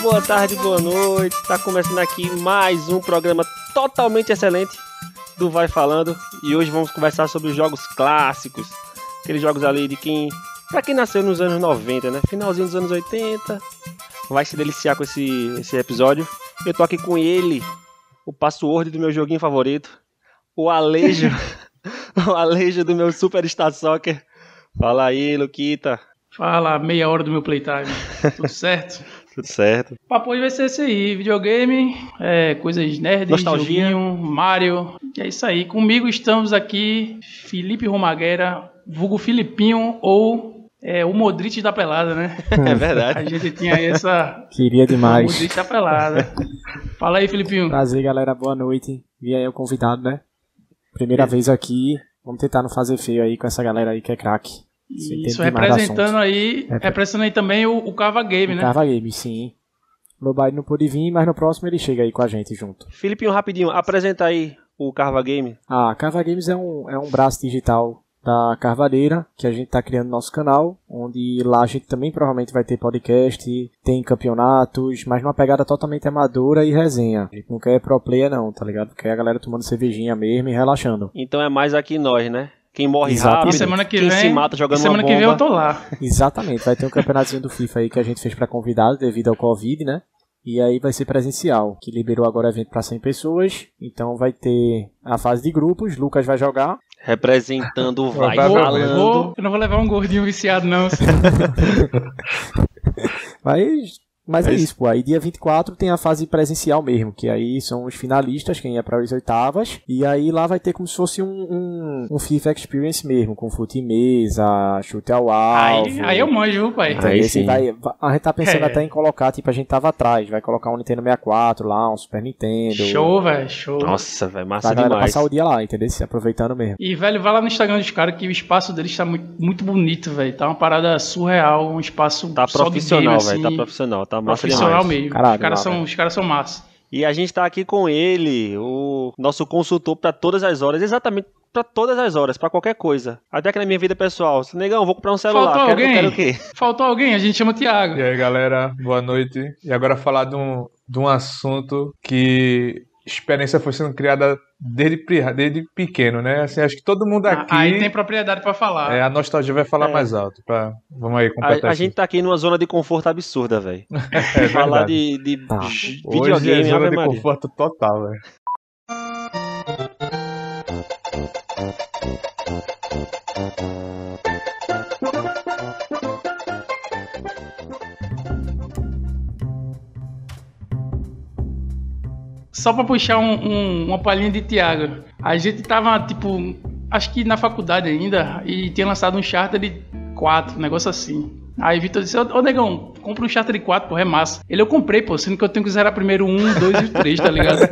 boa tarde, boa noite. Tá começando aqui mais um programa totalmente excelente do Vai Falando. E hoje vamos conversar sobre os jogos clássicos. Aqueles jogos ali de quem. Pra quem nasceu nos anos 90, né? Finalzinho dos anos 80. Vai se deliciar com esse, esse episódio. Eu tô aqui com ele, o password do meu joguinho favorito. O Alejo. o Alejo do meu Superstar Soccer. Fala aí, Luquita. Fala, meia hora do meu playtime. Tudo certo? Tudo certo. O papo hoje vai ser esse aí: videogame, é, coisas nerds, Nostalgia. joguinho, Mario. E é isso aí. Comigo estamos aqui, Felipe Romaguera, vulgo Filipinho ou é, o Modric da Pelada, né? É A verdade. gente tinha aí essa. Queria O demais. Modric da Pelada. Fala aí, Filipinho. Tá, Prazer, galera. Boa noite. E aí, o convidado, né? Primeira vez aqui. Vamos tentar não fazer feio aí com essa galera aí que é craque. Você entende Isso, demais do representando É, aí, Repre- representando aí também o, o Cava Game, assunto. né? Tá Cava Game, sim. Lobari não pôde vir, mas no próximo ele chega aí com a gente junto. Filipinho, rapidinho, apresenta aí o Carva Game. A Carva Games é um, é um braço digital da Carvalheira, que a gente tá criando nosso canal, onde lá a gente também provavelmente vai ter podcast, tem campeonatos, mas numa pegada totalmente amadora e resenha. A gente não quer pro player não, tá ligado? Quer a galera tomando cervejinha mesmo e relaxando. Então é mais aqui nós, né? Quem morre Exatamente. E rápido, semana que quem vem. se mata jogando semana uma que bomba. vem eu tô lá. Exatamente, vai ter um campeonatozinho do FIFA aí que a gente fez pra convidado devido ao Covid, né? E aí vai ser presencial, que liberou agora evento pra 100 pessoas. Então vai ter a fase de grupos, Lucas vai jogar. Representando o Vai tá Vou- Falando. vou- tá eu não vou levar um gordinho viciado, não. Mas, mas é Mas- isso, pô. Aí dia 24 tem a fase presencial mesmo, que aí são os finalistas, quem ia pra as oitavas. E aí lá vai ter como se fosse um, um, um FIFA Experience mesmo, com fute mesa, chute ao alvo. Aí, é um aí eu manjo, viu, pai? Então, Aí esse sim. vai- a gente tá pensando É. até em colocar, tipo, a gente tava atrás, vai colocar um Nintendo 64 lá, um Super Nintendo. Show, velho, show. Nossa, velho, Pra massa galera demais. passar o dia lá, entendeu? Se aproveitando mesmo. E, velho, vai lá no Instagram dos caras que o espaço deles tá muito, muito bonito, velho. Tá uma parada surreal, um espaço Tá só do profissional, game, velho, tá assim, profissional, tá massa profissional demais. mesmo. Caralho, os caras lá, são, velho. os caras são massa. E a gente tá aqui com ele, o nosso consultor pra todas as horas, exatamente pra todas as horas, pra qualquer coisa. Até que na minha vida pessoal, negão, vou comprar um celular, Faltou quero, alguém? quero o quê? Faltou alguém? A gente chama o Thiago. E aí, galera, boa noite. E agora falar de um, de um assunto que experiência foi sendo criada desde, pri- desde pequeno, né? Assim, acho que todo mundo A- aqui, Ah, Aí tem propriedade pra falar. é, a nostalgia vai falar É. mais alto. pra- Vamos aí completar A, a isso. gente tá aqui numa zona de conforto absurda, velho. É Falar verdade. de, de Tá. j- Hoje videogame, é zona Ave de Maria. conforto total, velho. Só pra puxar um- um- uma palhinha de Thiago. A gente tava, tipo, acho que na faculdade ainda, e tinha lançado um charter de 4, um negócio assim. Aí Vitor disse, ô ô, negão, compra um charter de 4, porra, é massa. Ele, eu comprei, pô, sendo que eu tenho que zerar primeiro um, dois e o três, tá ligado?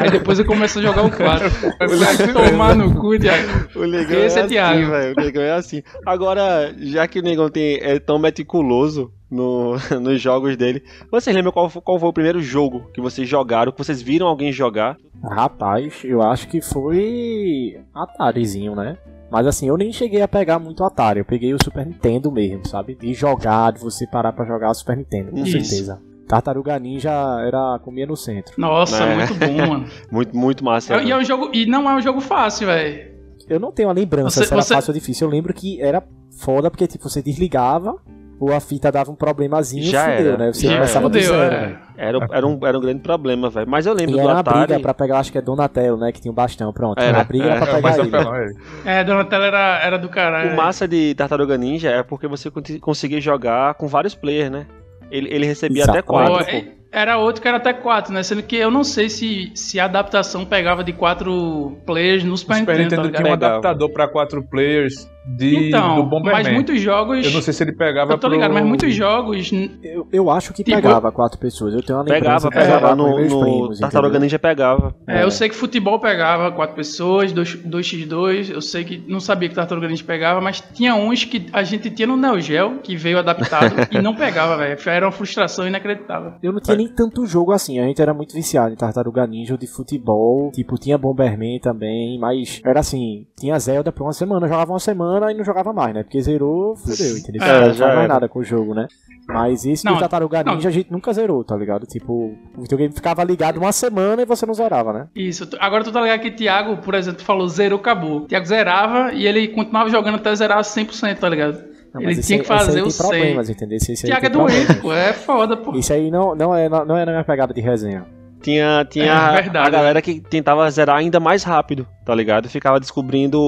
Aí depois eu começo a jogar o 4. É Tomar no cu, Thiago. O negão Esse é, é assim, Thiago. velho. O negão é assim. Agora, já que o negão tem, é tão meticuloso no- nos jogos dele, vocês lembram qual, fo- qual foi o primeiro jogo que vocês jogaram, que vocês viram alguém jogar? Rapaz, eu acho que foi Atarizinho, né? Mas assim, eu nem cheguei a pegar muito Atari, eu peguei o Super Nintendo mesmo, sabe? De jogar, de você parar pra jogar o Super Nintendo, com Isso. certeza. Tartaruga Ninja era comia no centro. Nossa, É. muito bom, mano. Muito, muito massa. E, é um jogo, e não é um jogo fácil, velho. Eu não tenho a lembrança Você- se era você- fácil ou difícil, eu lembro que era foda porque tipo, você desligava ou a fita dava um problemazinho e Já fudeu, era. né? Você Já começava do Fudeu, zero. é. né? Era, era, um, era um grande problema, velho. Mas eu lembro E do era uma briga Atari. pra pegar, acho que é Donatello, né? Que tinha um bastão, pronto. Era, a briga era É, pra o mais pegar ele. apelão, é ele. É, Donatello era, era do caralho. O massa de Tartaruga Ninja é porque você conti- conseguia jogar com vários players, né? Ele, ele recebia até Exato. Ó, quatro, pô. é- Era outro que era até 4, né? Sendo que eu não sei se, se a adaptação pegava de 4 players no O Super Super Nintendo, tá Nintendo tinha um ligado? Pegava. adaptador pra quatro players de, do Então, Bomberman. mas muitos jogos... Eu não sei se ele pegava Eu tô ligado, pro... mas muitos jogos... n- Eu, eu acho que Tipo- pegava quatro pessoas. Eu tenho uma Pegava, lembrança de jogar pegava com no, meus no primos, Tartaruga entendeu? Ninja pegava. é, eu sei que futebol pegava 4 pessoas, 2, 2x2, eu sei que... Não sabia que Tartaruga Ninja pegava, mas tinha uns que a gente tinha no Neo Geo, que veio adaptado, e não pegava, velho. Era uma frustração inacreditável. Eu não tinha nem tanto jogo assim, a gente era muito viciado em Tartaruga Ninja, de futebol, tipo, tinha Bomberman também, mas era assim, tinha Zelda por uma semana, eu jogava uma semana, semana e não jogava mais, né? Porque zerou, fudeu, entendeu? É, não já faz mais era. nada com o jogo, né? Mas esse Não, do Tataruga não. Ninja a gente nunca zerou, tá ligado? Tipo, o videogame ficava ligado uma semana e você não zerava, né? Isso. tu- Agora tu tá ligado que Thiago, por exemplo, tu falou zerou, acabou. Thiago zerava e ele continuava jogando até zerar 100%, tá ligado? Não, ele esse tinha aí- que fazer o esse aí tem 100. problemas, entendeu? Esse, esse aí Thiago é tem doente, problemas. pô. É foda, pô. Isso aí não, não, é, não é na minha pegada de resenha. Tinha, tinha É, a- verdade, a galera que tentava zerar ainda mais rápido, tá ligado? Ficava descobrindo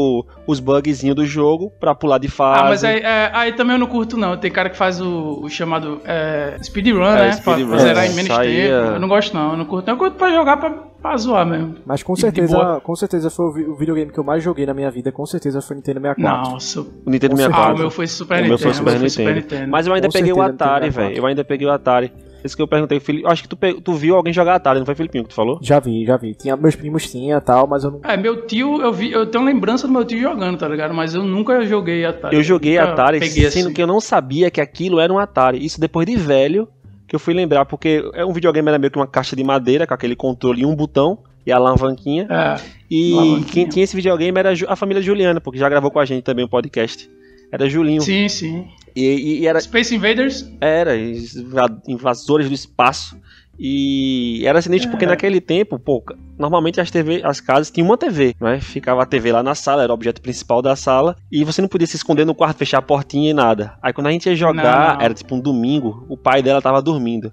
os bugzinhos do jogo pra pular de fase. Ah, mas aí, é, aí também eu não curto, não. Tem cara que faz o, o chamado é, speedrun, É, né? speedrun, pra zerar é, em menos isso aí tempo. é- Eu não gosto, não. Eu não curto. não. Eu curto pra jogar pra, pra zoar mesmo. Mas com De certeza, boa. com certeza foi o vi- o videogame que eu mais joguei na minha vida, com certeza foi o Nintendo 64. Nossa. O Nintendo com certeza. Ah, 64. o meu foi Super O Nintendo. meu foi Super o meu Nintendo. Mas eu ainda Com peguei o certeza, Atari, Nintendo velho. 64. Eu ainda peguei o Atari. Isso que eu perguntei, Felipe. Acho que tu, pe- tu viu alguém jogar Atari, não foi, Felipinho, que tu falou? Já vi, já vi. Tinha, meus primos tinha tal, mas eu não. É, meu tio, eu vi, eu tenho lembrança do meu tio jogando, tá ligado? Mas eu nunca joguei Atari. Eu joguei Nunca Atari, peguei sendo assim. que eu não sabia que aquilo era um Atari. Isso depois de velho que eu fui lembrar, porque é um videogame era meio que uma caixa de madeira com aquele controle e um botão e a alavanquinha. É. E Alavanquinha. quem tinha esse videogame era a Ju- a família Juliana, porque já gravou com a gente também o podcast. Era Julinho. Sim, sim. E, e- e era, Space Invaders? era inva- invasores do espaço. E era sinistro porque É. naquele tempo, pô, normalmente as TV, as casas tinham uma TV, né? Ficava a TV lá na sala, era o objeto principal da sala, e você não podia se esconder no quarto, fechar a portinha e nada. Aí quando a gente ia jogar, Não. era tipo um domingo, o pai dela tava dormindo.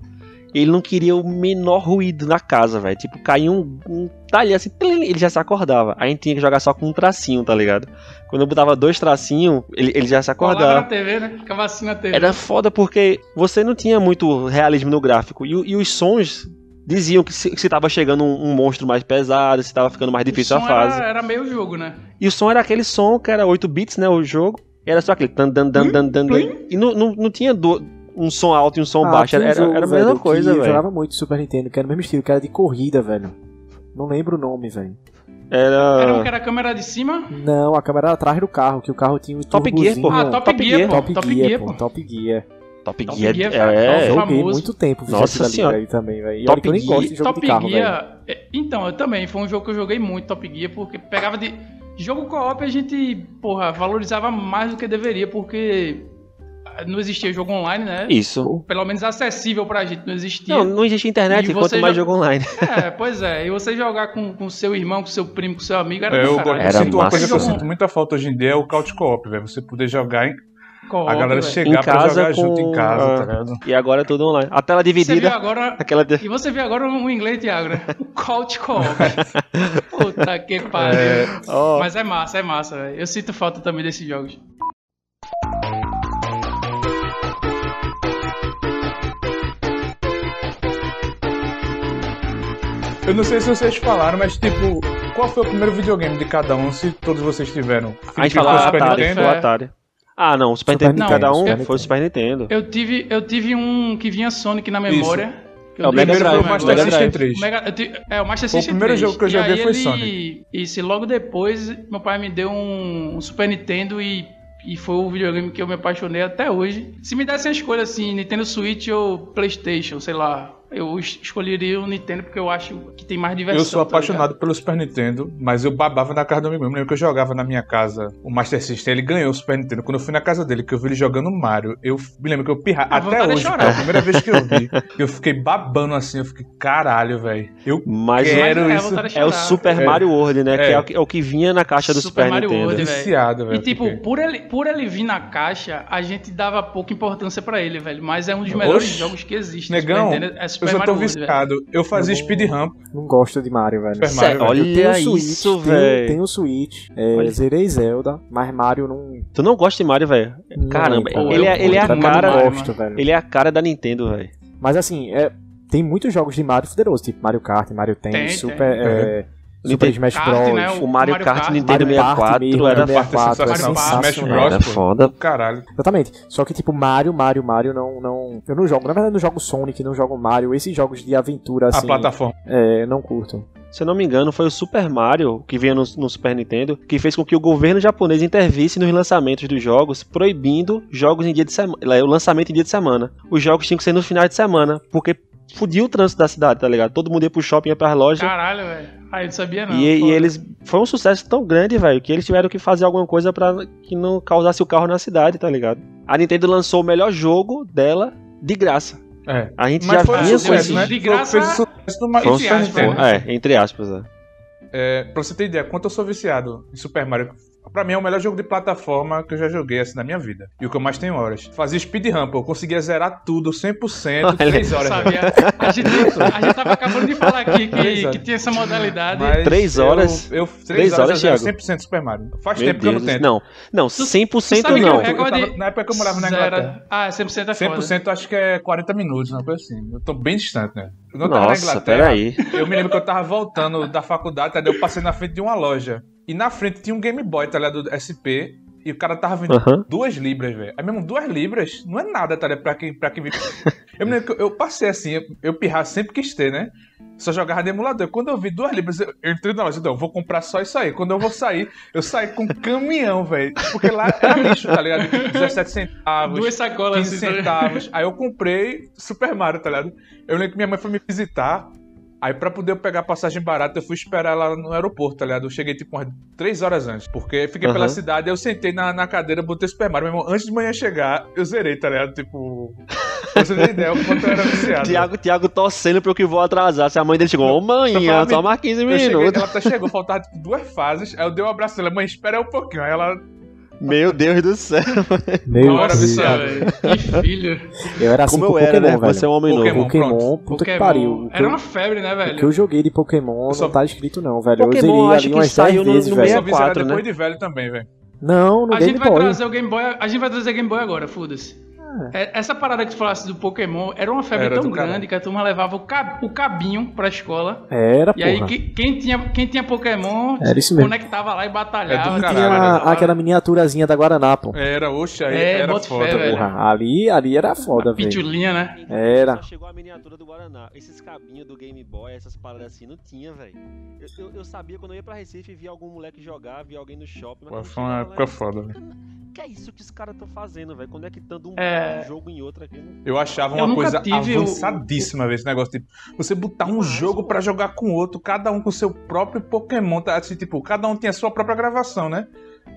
Ele não queria o menor ruído na casa, velho. Tipo, caía um, um talher assim, tling, ele já se acordava. Aí a gente tinha que jogar só com um tracinho, tá ligado? Quando eu botava dois tracinhos, ele, ele já se acordava. Colava na TV, né? Ficava assim na TV. Era foda porque você não tinha muito realismo no gráfico. E, o- e os sons diziam que se, que se tava chegando um, um monstro mais pesado, se tava ficando mais difícil O a som fase. Era, era meio jogo, né? E o som era aquele som que era 8 bits, né? O jogo. Era só aquele. Tan, tan, Hum? tan, tan, tan, tan. E não, não, não tinha do- um som alto e um som Ah, baixo. tinha um Era, jogo, era a velho, mesma coisa, que Eu velho. jogava muito Super Nintendo, que era o mesmo estilo, que era de corrida, velho. Não lembro o nome, velho. Era um que Era. era a câmera de cima. Não, a câmera era atrás do carro, que o carro tinha um Top Gear, pô. turbozinho. Ah, Top, Top Gear, Gear. pô. Top, Gear, pô. Top Gear. Top Top Gear. Gear, É, velho. é. Top Joguei Famoso. muito tempo Nossa Nossa senhora. senhora. Aí também, velho. E Top olha que eu nem Gear- gosto de jogo Top de carro, velho. Gear. é, Então, eu também. Foi um jogo que eu joguei muito, Top Gear, porque pegava de. Jogo co-op a gente, porra, valorizava mais do que deveria, porque ah, não existia jogo online, né? Isso. Pelo menos acessível pra gente, não existia. Não, não existia internet E enquanto você mais já- jogo online. É, pois é. E você jogar com, com seu irmão, com seu primo, com seu amigo, É, era É, Eu, do caralho. assim, eu Era sinto uma coisa que eu massa. sinto muita falta hoje em dia é o couch co-op, velho. Você poder jogar, em, Co-op, a galera velho. chegar Em pra casa jogar junto com- em casa, ah. tá ligado? E agora é tudo online. A tela Você viu dividida. agora... Aquela. de- E você vê agora um inglês, Thiago, né? O Colt Co-op. Puta que pariu. Ó. Mas é massa, é massa, velho. Eu sinto falta também desses jogos. Eu não sei se vocês falaram, mas tipo, qual foi o primeiro videogame de cada um, se todos vocês tiveram? A gente Felipe, foi falou Ah, Super Atari, Nintendo? foi o Atari. Ah, não, o Super, É. Super Nintendo de cada Nintendo, um Super foi o Super Nintendo. Eu tive, eu tive um que vinha Sonic na memória. que eu É o Mega dei Primeiro Drive, foi o pra Master Mega minha System Drive. 3. O Mega- eu tive- é, o Master Foi o System primeiro 3. jogo que eu E joguei aí foi ele- Sonic. Isso, e logo depois, meu pai me deu um, um Super Nintendo e, e foi o videogame que eu me apaixonei até hoje. Se me desse a escolha, assim, Nintendo Switch ou Playstation, sei lá, eu es- escolheria o Nintendo porque eu acho que tem mais diversão. Eu tá sou ligado? apaixonado pelo Super Nintendo, mas eu babava na casa do amigo. meu. Eu me lembro que eu jogava na minha casa o Master System, ele ganhou o Super Nintendo. Quando eu fui na casa dele, que eu vi ele jogando Mario, eu f- me lembro que eu pirra A até vontade é hoje, chorar. cara, a primeira vez que eu vi, eu fiquei babando assim, eu fiquei, caralho, velho. Eu Mas Quero Mas, é, isso. vontade de É o chorar. Super É. Mario World, né? É. Que é o que, é o que vinha na caixa do Super Super, Mario Nintendo. World, velho. viciado, velho. E tipo, fiquei. por ele, por ele vir na caixa, a gente dava pouca importância pra ele, velho. Mas é um dos melhores Oxe. jogos que existe. Negão, Super Nintendo, é Super eu já Mario tô World, velho. viciado. Eu fazia Tá Eu vou- speedrun. Não gosto de Mario, velho. Super Sério, Mario, Eu tenho olha Switch, isso, tenho- velho. Tenho Switch, é, Olha. zerei Zelda, mas Mario não... Tu não gosta de Mario, velho? não Caramba, cara. ele é- ele é a Eu não cara- gosto, velho. Ele é a cara da Nintendo, velho. Mas assim, é, tem muitos jogos de Mario fuderoso, tipo Mario Kart, Mario Tennis, Tem, Super, tem. é, Super Nintendo Smash Kart, Bros. né, O Mario Mario Kart Kart, Uhum. Nintendo Mario Kart 64 mesmo, era, Mario Kart é 64, sensacional. Smash Bros. era foda. Caralho. Exatamente. Só que, tipo, Mario, Mario, Mario não, não. Eu não jogo. Na verdade, eu não jogo Sonic, não jogo Mario. Esses jogos de aventura, A assim. plataforma. É, não curto. Se eu não me engano, foi o Super Mario que vinha no, no Super Nintendo que fez com que o governo japonês intervisse nos lançamentos dos jogos, é, proibindo jogos em dia de semana. O lançamento em dia de semana. Os jogos tinham que ser nos finais de semana, porque fudia o trânsito da cidade, tá ligado? Todo mundo ia pro shopping, ia pras lojas. Caralho, velho. Ah, eu não sabia não. E, e Pô. eles. Foi um sucesso tão grande, velho, que eles tiveram que fazer alguma coisa pra que não causasse o carro na cidade, tá ligado? A Nintendo lançou o melhor jogo dela de graça. É. A gente Mas já foi um vinha com sucesso, esse. né? De graça- Fez sucesso numa... Foi um Entre aspas, sucesso, Nintendo. é, entre aspas. É. É, pra você ter ideia, quanto eu sou viciado em Super Mario. Pra mim é o melhor jogo de plataforma que eu já joguei assim na minha vida. E o que eu mais tenho horas. Fazia speedrun, pô. Eu conseguia zerar tudo 100%, Olha, 3 Eu horas. né? sabia. A gente, a gente tava acabando de falar aqui que, que tinha essa modalidade. Mas Três eu- horas? Eu, 3, Três horas, horas, eu Thiago? zero 100% Super Mario. Faz Meu tempo que eu não Deus. tento. é Não, não, sabe 100% que não. eu- recorde Eu tava- na época que eu morava na Zero. Inglaterra. Ah, 100% é foda. 100% acho que é 40 minutos, uma coisa assim. Eu tô bem distante, né? Eu não tava na Nossa, Inglaterra. peraí. Eu me lembro que eu tava voltando da faculdade, tá? ligado? eu passei na frente de uma loja. E na frente tinha um Game Boy, tá ligado? Do SP. E o cara tava vendendo Aham. duas libras, velho. Aí mesmo, duas libras não é nada, tá ligado? Pra quem, pra quem vive. Eu me lembro que eu, eu passei assim, eu, eu pirrar sempre quis ter, né? Só jogava de emulador. Quando eu vi duas libras, eu, eu entrei na loja, então, eu vou comprar só isso aí. Quando eu vou sair, eu saí com um caminhão, velho. Porque lá era lixo, tá ligado? 17 centavos. Duas sacolas 15 assim. tá ligado? é centavos. Aí eu comprei Super Mario, tá ligado? Eu lembro que minha mãe foi me visitar. Aí pra poder eu pegar passagem barata, eu fui esperar ela no aeroporto, tá ligado? Eu cheguei tipo umas 3 horas antes. Porque fiquei pela Aham. cidade, eu sentei na, na cadeira, botei Super Mario. Meu irmão, antes de manhã chegar, eu zerei, tá ligado? Tipo. pra Você tem ideia o quanto eu era viciado. Tiago, Tiago torcendo pro que vou atrasar. Se a mãe dele chegou, ô mãe, Só fala, só mais 15 eu cheguei, minutos. ela até chegou, faltava tipo, duas fases. Aí eu dei um abraço nela, mãe, espera um pouquinho. Aí ela. Meu Deus do céu. Meu hora Deus. viciado. velho. Que filho. Eu era assim Como com eu era, Pokémon, né? velho. Você é um homem Pokémon. novo. Pokémon, Pokémon, pronto. puta Pokémon. que pariu. O que, Era eu, uma febre, né, o que eu velho? joguei de Pokémon Eu só- não tá escrito não, velho. Pokémon, eu zerei acho ali que umas saiu 10 no- vezes, no Eu meia- velho. só vi zerar 64, depois né? de velho também, velho. Não, no A Game gente vai Boy. Ah. trazer o Game Boy. A gente vai trazer Game Boy agora, foda-se. É, Essa parada que tu falasse do Pokémon era uma febre Era tão do caralho. grande que a turma levava o, cab- o cabinho pra escola. Era, E aí porra. que- quem, tinha, quem tinha Pokémon Era isso mesmo. conectava lá e É do batalhava. E caralho, tinha era batalhava. aquela miniaturazinha da Guaraná, pô. Era, oxa, aí É, era bota fé, foda. velho. Porra, ali, ali era foda, velho. Pitulinha, né? Era. Só chegou a miniatura do Guaraná. Esses cabinhos do Game Boy, essas paradas assim, não tinha, velho. Eu, eu- eu sabia quando eu ia pra Recife e via algum moleque jogar, via alguém no shopping. Pô, Mas Foi uma época foda, velho. que é isso que os caras estão fazendo, velho? Conectando um É. jogo em outro aqui. não- Eu achava Eu uma nunca coisa tive o- avançadíssima, velho, esse negócio. Tipo, você botar um Demais, jogo pô. pra jogar com outro, cada um com seu próprio Pokémon. Tá? Assim, tipo, cada um tem a sua própria gravação, né?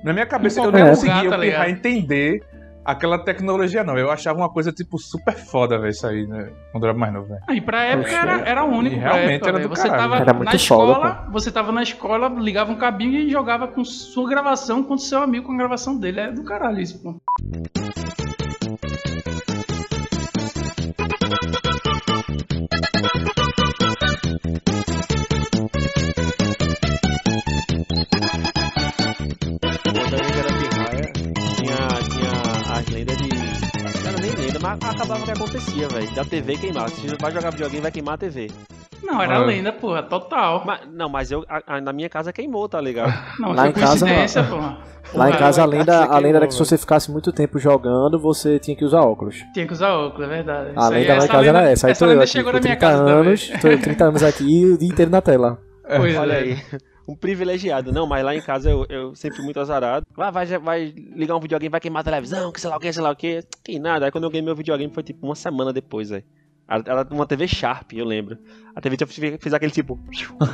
Na minha cabeça Em eu qualquer não lugar, conseguia tá eu pirrar, ligado? entender aquela tecnologia, não. Eu achava uma coisa, tipo, super foda, velho, isso aí, né? Quando eu era mais novo, velho. E pra época Poxa, era, era único. e pra realmente época, era velho. do você caralho. né? tava Era na muito foda, escola, você tava na escola, ligava um cabinho e jogava com sua gravação com seu amigo com a gravação dele. É do caralho isso, pô. Quando a gente era pirraia, tinha, tinha as lendas de. Não era nem lenda, mas acabava o que acontecia, velho. Da TV queimar. Se vai jogar videogame, vai queimar a TV. Não, era Ah. lenda, porra, total. Mas- não, mas eu, a- a- na minha casa queimou, tá ligado? Não, Lá foi em casa, coincidência, porra. Lá em Porra, casa a lá em casa lenda, a você lenda era que se queimou, você ficasse muito tempo jogando, você tinha que usar óculos. Tinha que usar óculos, é verdade. A Isso aí, lenda lá em essa casa lenda- era essa. Aí essa tô eu lenda aqui, chegou com na minha 30 casa anos, também. tô eu 30 anos aqui e o dia inteiro na tela. Pois Olha é. aí. Um privilegiado. Não, mas lá em casa eu, eu sempre muito azarado. Vai, vai, já- vai ligar um videogame, vai queimar a televisão, que sei lá o que, sei lá o que. Que nada. Aí quando eu ganhei meu videogame foi tipo uma semana depois, velho. Era- Era uma TV Sharp, eu lembro. A TV Sharp fez fez aquele tipo.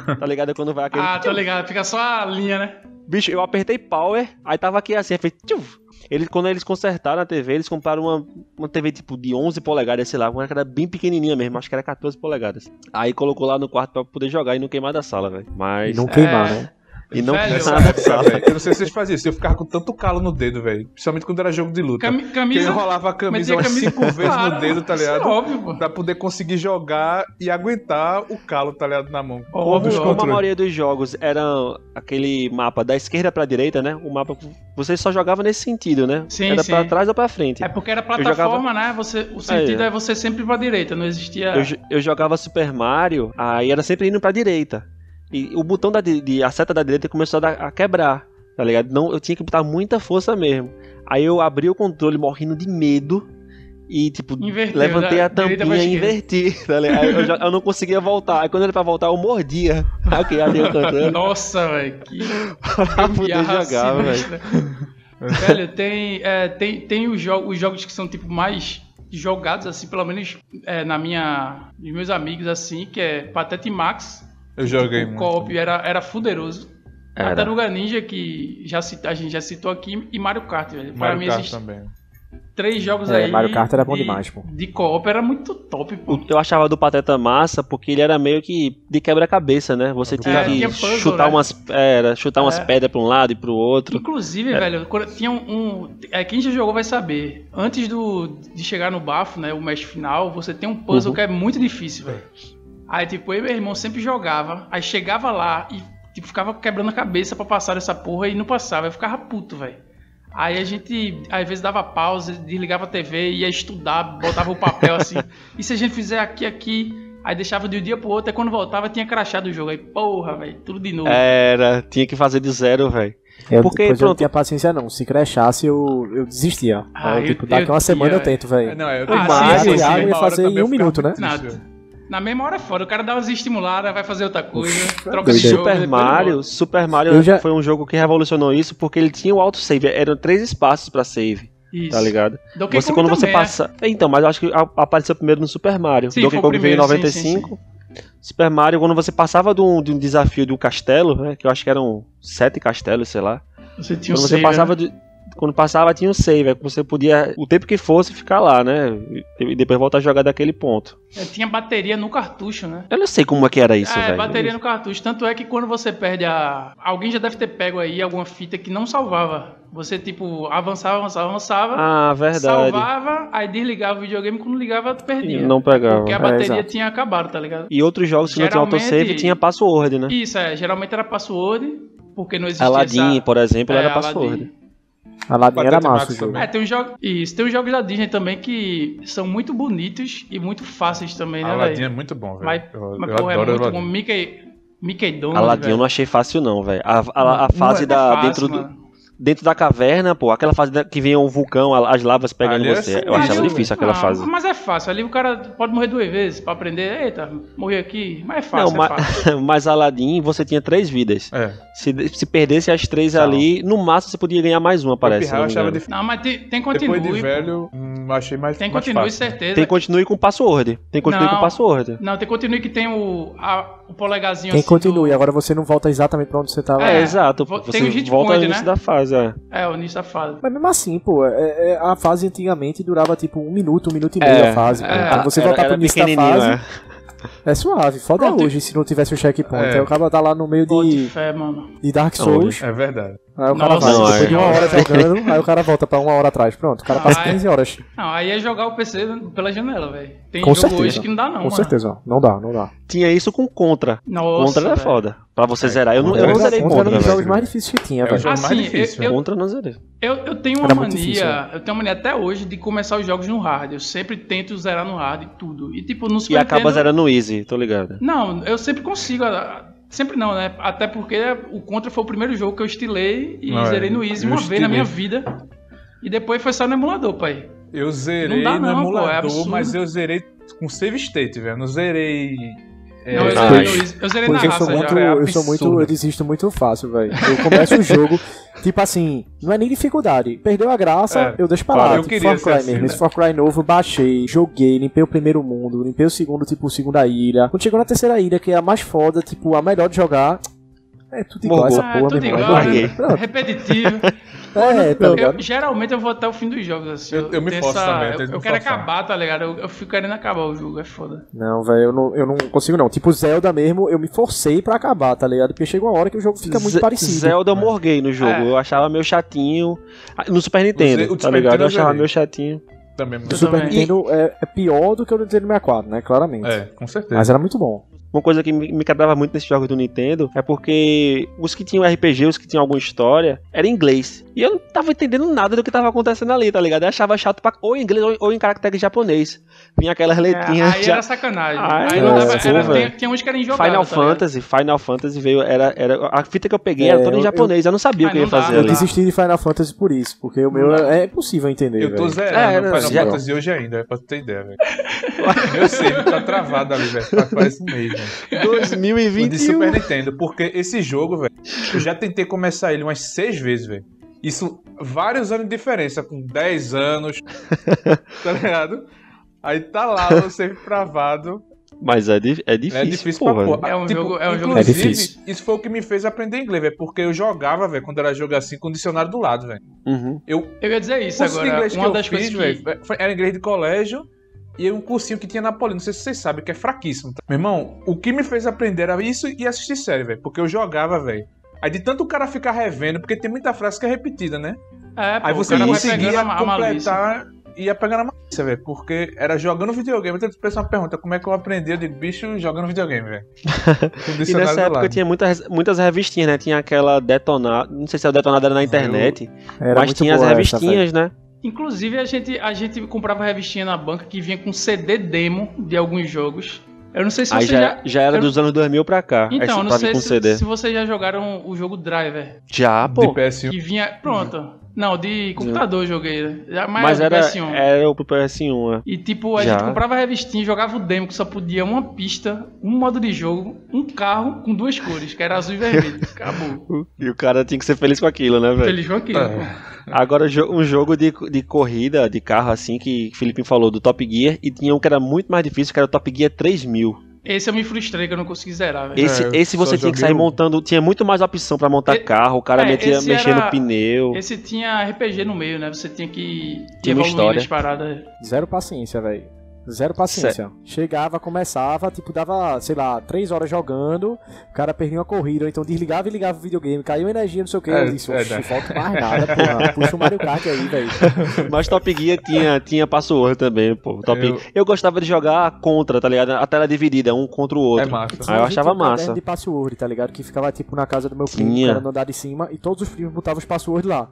Tá ligado? Quando vai aquele. Ah, tô ligado. Fica só a linha, né? Bicho, eu apertei power, aí tava aqui assim, aí fez. tchuf. Eles, quando eles consertaram a TV, eles compraram uma, uma TV tipo de 11 polegadas, sei lá, uma que era bem pequenininha mesmo, acho que era 14 polegadas. Aí colocou lá no quarto pra poder jogar e não queimar da sala, velho. E Mas. não queimar, É. né? E não Velho, queimar Nessa da época, sala. velho. Eu não sei se vocês faziam isso. Eu ficava com tanto calo no dedo, velho. Principalmente quando era jogo de luta. Cami- Porque eu camisa. enrolava a mas camisa tinha umas camisa cinco vezes no Claro, dedo, tá isso é ligado? Óbvio, pô. pra poder conseguir jogar e aguentar o calo, tá ligado, na mão. Ó, Dos ó, Como a controles. maioria dos jogos era aquele mapa da esquerda pra direita, né? O mapa você só jogava nesse sentido, né? Sim, era sim. pra trás ou pra frente. É porque era jogava- plataforma, né? Você, o sentido Aí, é você sempre pra direita, não existia. Eu, jo- eu jogava Super Mario, aí era sempre indo pra direita. E o botão da di- de, a seta da direita começou a, dar- a quebrar, tá ligado? Não, eu tinha que botar muita força mesmo. Aí eu abri o controle morrendo de medo e tipo Inverteu, levantei da a direita pra tampinha e esquerda. inverti, tá ligado? Aí Eu, já- eu não conseguia voltar. Aí quando era pra voltar eu mordia. Ok, abri o controle Nossa, velho, que pra poder gambiarra jogar, velho. sinistra. Velho, tem, é, tem, tem os, jo- os jogos que são tipo mais jogados, assim, pelo menos é, na minha. Dos meus amigos, assim, que é Patete Max. Eu joguei O muito. co-op era, era fuderoso. Era. Tartaruga Ninja, que já cita- a gente já citou aqui, e Mario Kart, velho. Para mim, Mario Kart esses também. três jogos É, aí. Mario Kart era bom de- demais, pô. De co-op era muito top, pô. O que eu achava do Pateta massa, porque ele era meio que de quebra-cabeça, né? Você tinha É, que tinha puzzle, chutar né? umas, era, chutar umas É. pedras pra um lado e pro outro. É. Inclusive, velho, quando tinha um. um- é, quem já jogou vai saber. Antes do, de chegar no bafo, né? O mestre final, você tem um puzzle Uhum. que é muito difícil, velho. Aí, tipo, eu e meu irmão sempre jogava. Aí chegava lá e tipo, ficava quebrando a cabeça pra passar essa porra e não passava. Eu ficava puto, velho. Aí a gente, às vezes, dava pausa, desligava a TV, ia estudar, botava o papel assim. E se a gente fizer aqui, aqui? Aí deixava de um dia pro outro, aí quando voltava tinha crachado o jogo. Aí, porra, velho, tudo de novo. Era, tinha que fazer de zero, velho. Eu, Porque, depois eu não pronto. tinha paciência não. Se crechasse, eu, eu desistia. Ah, Aí, eu- é. tipo, daqui eu uma semana tinha, eu tento, velho. É, Não, eu Ah, sim, mas sim, sim. uma Ia hora fazer em também um eu ficava minuto, né? muito difícil. Na mesma hora é fora, o cara dá umas estimuladas, vai fazer outra coisa, troca de Doido. jogo. Super depois Mario, volta. Super Mario Eu já- foi um jogo que revolucionou isso porque ele tinha o autosave. Eram três espaços pra save, Isso. tá ligado? Donkey Você, Kong quando você também, é. né? passa. Então, mas eu acho que a- apareceu primeiro no Super Mario. Sim, foi Donkey o Kong veio em primeiro, sim, sim, 95. Super Mario, quando você passava de um, de um desafio de um castelo, né, que eu acho que eram sete castelos, sei lá. né? Você tinha um quando você save, né? passava de- quando passava tinha um save, é que você podia o tempo que fosse ficar lá, né? E e depois voltar a jogar daquele ponto. É, Tinha bateria no cartucho, né? Eu não sei como é que era isso, é, velho. bateria no cartucho. Tanto é que quando você perde a. Alguém já deve ter pego aí alguma fita que não salvava. Você, tipo, avançava, avançava, avançava, Ah, verdade. salvava, aí desligava o videogame, quando ligava, tu E perdia. não pegava. Porque a É, bateria exato. tinha acabado, tá ligado? E outros jogos que não Geralmente- tinha autosave tinha password, né? Isso, é. Geralmente era password, porque não existia Aladdin, essa... É, por exemplo, era Aladdin. password. A Aladdin era massa Pateta o Max jogo. também. É, tem uns jogos. Isso, tem uns jogos da Disney também que são muito bonitos e muito fáceis também, né, Aladdin é velho? muito bom, velho. Mas, eu, mas eu porra, é adoro muito Aladdin. bom. Mickey, Mickey Donald. Aladdin eu velho. não achei fácil não, velho. A, a- a Não fase é da fácil, dentro, do, mano. dentro da caverna, pô, aquela fase da- que vem um vulcão, a- as lavas pegando Ali é você. Eu sinistro, achava velho. difícil aquela Ah, fase. Mas é fácil. Ali o cara pode morrer duas vezes pra aprender. Eita, morri aqui. Mas é fácil, Não, é mas- fácil. Mas Aladdin, você tinha três vidas. É. Se, se perdesse as três Tchau. ali, no máximo você podia ganhar mais uma, parece. um se Pirra, eu não me achava engano. dif- Não, mas tem, tem continue. Depois de velho, hum, achei mais Tem mais continue, fácil. certeza. Tem continue com password. Tem continue Não. com password. Não, tem continue que tem o, a- o polegarzinho Quem assim. do- continue, é agora você não volta exatamente pra onde você tava. É, É, exato. vo- Você tem o hit volta point, no início né? da fase. É. É, o início da fase. Mas mesmo assim, pô, é- é- a fase antigamente durava tipo um minuto, um minuto e meio É, a fase. pô. é, então você voltar pro início da pequenininho, fase é, suave. Foda Pronto. hoje se não tivesse o checkpoint. É. Aí o cara tá lá no meio Bote de, fé, mano. de Dark Souls. É verdade. Aí o cara Nossa, vai, não, depois é. de uma hora jogando, aí o cara volta pra uma hora atrás. Pronto, o cara Ah, passa é. 15 horas. Não, aí é jogar o PC pela janela, velho. Tem Com jogo certeza. hoje que não dá, não, Com mano. certeza, ó. não dá, não dá. Tinha isso com contra. Nossa, contra era velho. foda. Pra você zerar. Eu não, eu Contra não era- zerei Contra contra. era um dos velho. jogos mais difíceis que tinha, É o velho. jogo Assim, mais difícil. eu- Contra eu não zerei. Eu, eu tenho uma Era muito mania, difícil, né? eu tenho uma mania até hoje de começar os jogos no hard. Eu sempre tento zerar no hard e tudo. E tipo, no E Super acaba Nintendo- zerando easy, tô ligado. Não, eu sempre consigo. ah, Sempre não, né? Até porque o Contra foi o primeiro jogo que eu estilei e Não, é. zerei no Easy Eu uma vez na estilei. minha vida. E depois foi só no emulador, pai. Eu Não zerei dá no não, pô, é emulador, absurdo. mas eu zerei com save state, velho. Não zerei. é, não, eu Ah, zerei no isso. Easy. Eu zerei na Pois eu raça sou já. muito, É eu sou muito, eu absurdo. desisto muito fácil, velho. Eu começo o jogo, tipo assim, não é nem dificuldade. Perdeu a graça, É, eu deixo pra lá. claro, eu tipo, queria Far ser Cry assim, mesmo. né? Esse Far Cry novo, baixei, joguei, limpei o primeiro mundo, limpei o segundo, tipo, segunda ilha. Quando chegou na terceira ilha, que é a mais foda, tipo, a melhor de jogar. É tudo igual Morgou. essa Ah, porra, tudo meu irmão. igual, Vai né? dormir. né? repetitivo. Pronto. É, tá Eu- ligado? geralmente eu vou até o fim dos jogos, assim. Eu- eu me tenho forço também, eu Eu, tento me eu quero forçar. acabar, tá ligado? Eu, eu fico querendo acabar o jogo, é foda. Não, velho, eu não, eu não consigo não. Tipo, Zelda mesmo, eu me forcei pra acabar, tá ligado? Porque chega uma hora que o jogo fica muito Ze- parecido. Zelda eu morguei no jogo. É. Eu achava meio chatinho. Ah, No Super Nintendo, Ze- o tá Super ligado? Nintendo Eu eu achava zerei. meio chatinho. Também, O Eu Super também. Nintendo é, é pior do que o Nintendo 64, né? Claramente. É, com certeza. Mas era muito bom. Uma coisa que me me agradava muito nesses jogos do Nintendo é porque os que tinham RPG, os que tinham alguma história, era em inglês. E eu não tava entendendo nada do que tava acontecendo ali, tá ligado? Eu achava chato pra, ou em inglês ou, ou em caractere japonês. Vinha aquelas É, letrinhas. aí já- era sacanagem. Ai, aí não dava. nossa, Era, velho. tinha, tinha uns que eram jogados. Final tá ligado? Fantasy, Final Fantasy veio, era, era a fita que eu peguei É, era toda em eu- japonês, eu, não Ah, sabia o que eu ia não dá, fazer eu ali. dá. desisti de Final Fantasy por isso, porque o meu é, é impossível entender. Eu tô velho. É, zerando era- o Final já- Fantasy hoje ainda, é pra tu ter ideia, velho. Meu save tá travado ali, velho. Tá- Parece um mês, velho. O de 2021. Super Nintendo, porque esse jogo, velho, eu já tentei começar ele umas seis vezes, velho. Isso, vários anos de diferença, com 10 anos, tá ligado? Aí tá lá você travado. Mas é, di- é difícil, É difícil porra. pra porra. É um jogo- é um jogo inclusive, difícil. isso foi o que me fez aprender inglês, velho. Porque eu jogava, velho, quando era jogo assim, com o dicionário do lado, velho. Uhum. Eu. Eu ia dizer isso curso de agora. inglês Uma que eu das fiz, coisas que... velho, foi- era inglês de colégio e um cursinho que tinha na Poli. Não sei se vocês sabem, que é fraquíssimo. tá? Meu irmão, o que me fez aprender era isso e assistir série, velho. Porque eu jogava, velho. Aí de tanto o cara ficar revendo, porque tem muita frase que é repetida, né? É, pô, Aí o você cara vai conseguia pegando a, a malícia. completar e ia pegando a malícia, velho. Porque era jogando videogame. Então, pensa uma pergunta: como é que eu aprendi? Eu digo, bicho, jogando videogame, velho. Com o E dicionário nessa do época lado. tinha muitas, muitas revistinhas, né? Tinha aquela detonada, não sei se a detonada era na internet, Ah, Era mas muito tinha as boa essa, revistinhas, né? Inclusive, a gente, a gente comprava revistinha na banca que vinha com CD demo de alguns jogos. Eu não sei se Aí você já, já... já era eu- dos anos 2000 pra cá. aí Então, eu você não tava sei com se, CD. se vocês já jogaram o jogo Driver, Já, De pô. PS1. que vinha... Pronto. Não, de computador eu joguei. né? Já- Mas, Uhum. Mas era, é, PS1. era o pro PS1, né? E tipo, a Já. gente comprava a revistinha, jogava o demo que só podia uma pista, um modo de jogo, um carro com duas cores, que era azul e vermelho. Acabou. E o cara tinha que ser feliz com aquilo, né, velho? Feliz com aquilo. Ah. pô. Agora, jo- um jogo de, de corrida, de carro, assim, que o Felipe falou, do Top Gear, e tinha um que era muito mais difícil, que era o Top Gear 3000. Esse eu me frustrei que eu não consegui zerar, velho. Esse, É, eu esse você só tinha que sair joguei um. montando, tinha muito mais opção pra montar E- carro, o cara é, metia, esse mexia era- no pneu. Esse tinha RPG no meio, né? Você tinha que Tinha uma evoluir história. as paradas. Zero paciência, velho. Zero paciência. Chegava, começava, tipo, dava, sei lá, três horas jogando, o cara perdia uma corrida, ou então desligava e ligava o videogame, caiu energia, não sei o que. É, isso, é, oxi, né? volta mais nada, porra. Puxa o Mario Kart aí, velho. Ah, Mas Top Gear tinha, tinha password também, pô. Top Eu- eu... eu gostava de jogar contra, tá ligado? A tela dividida, um contra o outro. É massa. Aí eu A gente achava tinha um caderno massa. de password, tá ligado? Que ficava, tipo, na casa do meu primo, Tinha. o cara no andar de cima, e todos os primos botavam os passwords lá.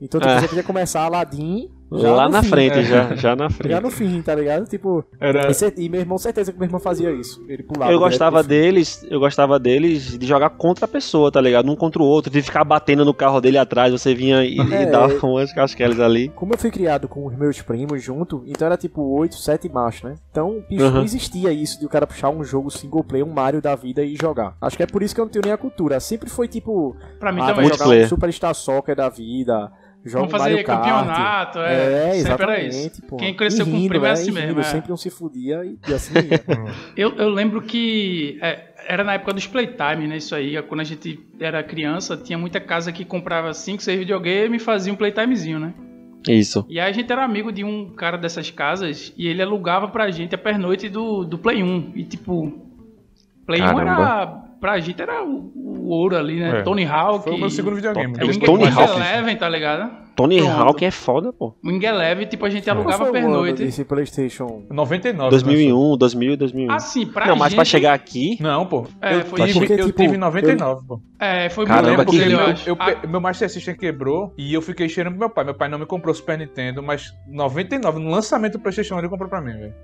Então, tipo, É. você podia começar Aladdin já Lá no na fim, frente, né? já, já na frente. Já no fim, tá ligado? Tipo, É. Era. e cer- e meu irmão, certeza que meu irmão fazia isso. Ele pulava. Eu direto gostava pro deles, eu gostava deles de jogar contra a pessoa, tá ligado? Um contra o outro, de ficar batendo no carro dele atrás, você vinha e, e É. dava umas casquelas ali. tipo, Como eu fui criado com os meus primos junto, então era tipo 8, 7 machos, né? Então, bicho, Uhum. não existia isso de o cara puxar um jogo single player, um Mario da vida e jogar. Acho que é por isso que eu não tenho nem a cultura. Sempre foi tipo, Pra mim ah, vai também. muito jogar multiplayer. um Superstar Soccer da vida, joga Vamos um fazer Mario Kart. campeonato, é. É, sempre era exatamente. isso. pô. Quem cresceu E com o rindo, primo é né? assim E mesmo. rindo, é. Sempre um se fudia e, e assim ia. Eu, eu lembro que é, era na época dos playtime, né? Isso aí, quando a gente era criança, tinha muita casa que comprava 5, 6 videogame e fazia um playtimezinho, né? Isso. E aí a gente era amigo de um cara dessas casas e ele alugava pra gente a pernoite do, do Play 1. E tipo, Play 1 era. Pra gente era o, o ouro ali, né? É. Tony Hawk. Foi o meu segundo videogame. né? É, o Eles- Wing- Tony Wing Hawk. Eleven, tá ligado? Tony Pronto. Hawk é foda, pô. Wing Eleven, tipo, a gente Qual alugava foi o ano pernoite. desse Playstation? 99. 2001, 2000, 2001. Assim, pra Não, gente. mas pra chegar aqui, Não, pô. É, eu foi tive, isso. eu Porque, tive tipo, 99, pô. É, foi Caramba, eu muito lembro que porque dele, lindo. eu meu, acho. eu Ah, pe- meu Master System quebrou e eu fiquei cheirando pro meu pai. Meu pai não me comprou Super Nintendo, mas 99, no lançamento do Playstation, ele comprou pra mim, velho.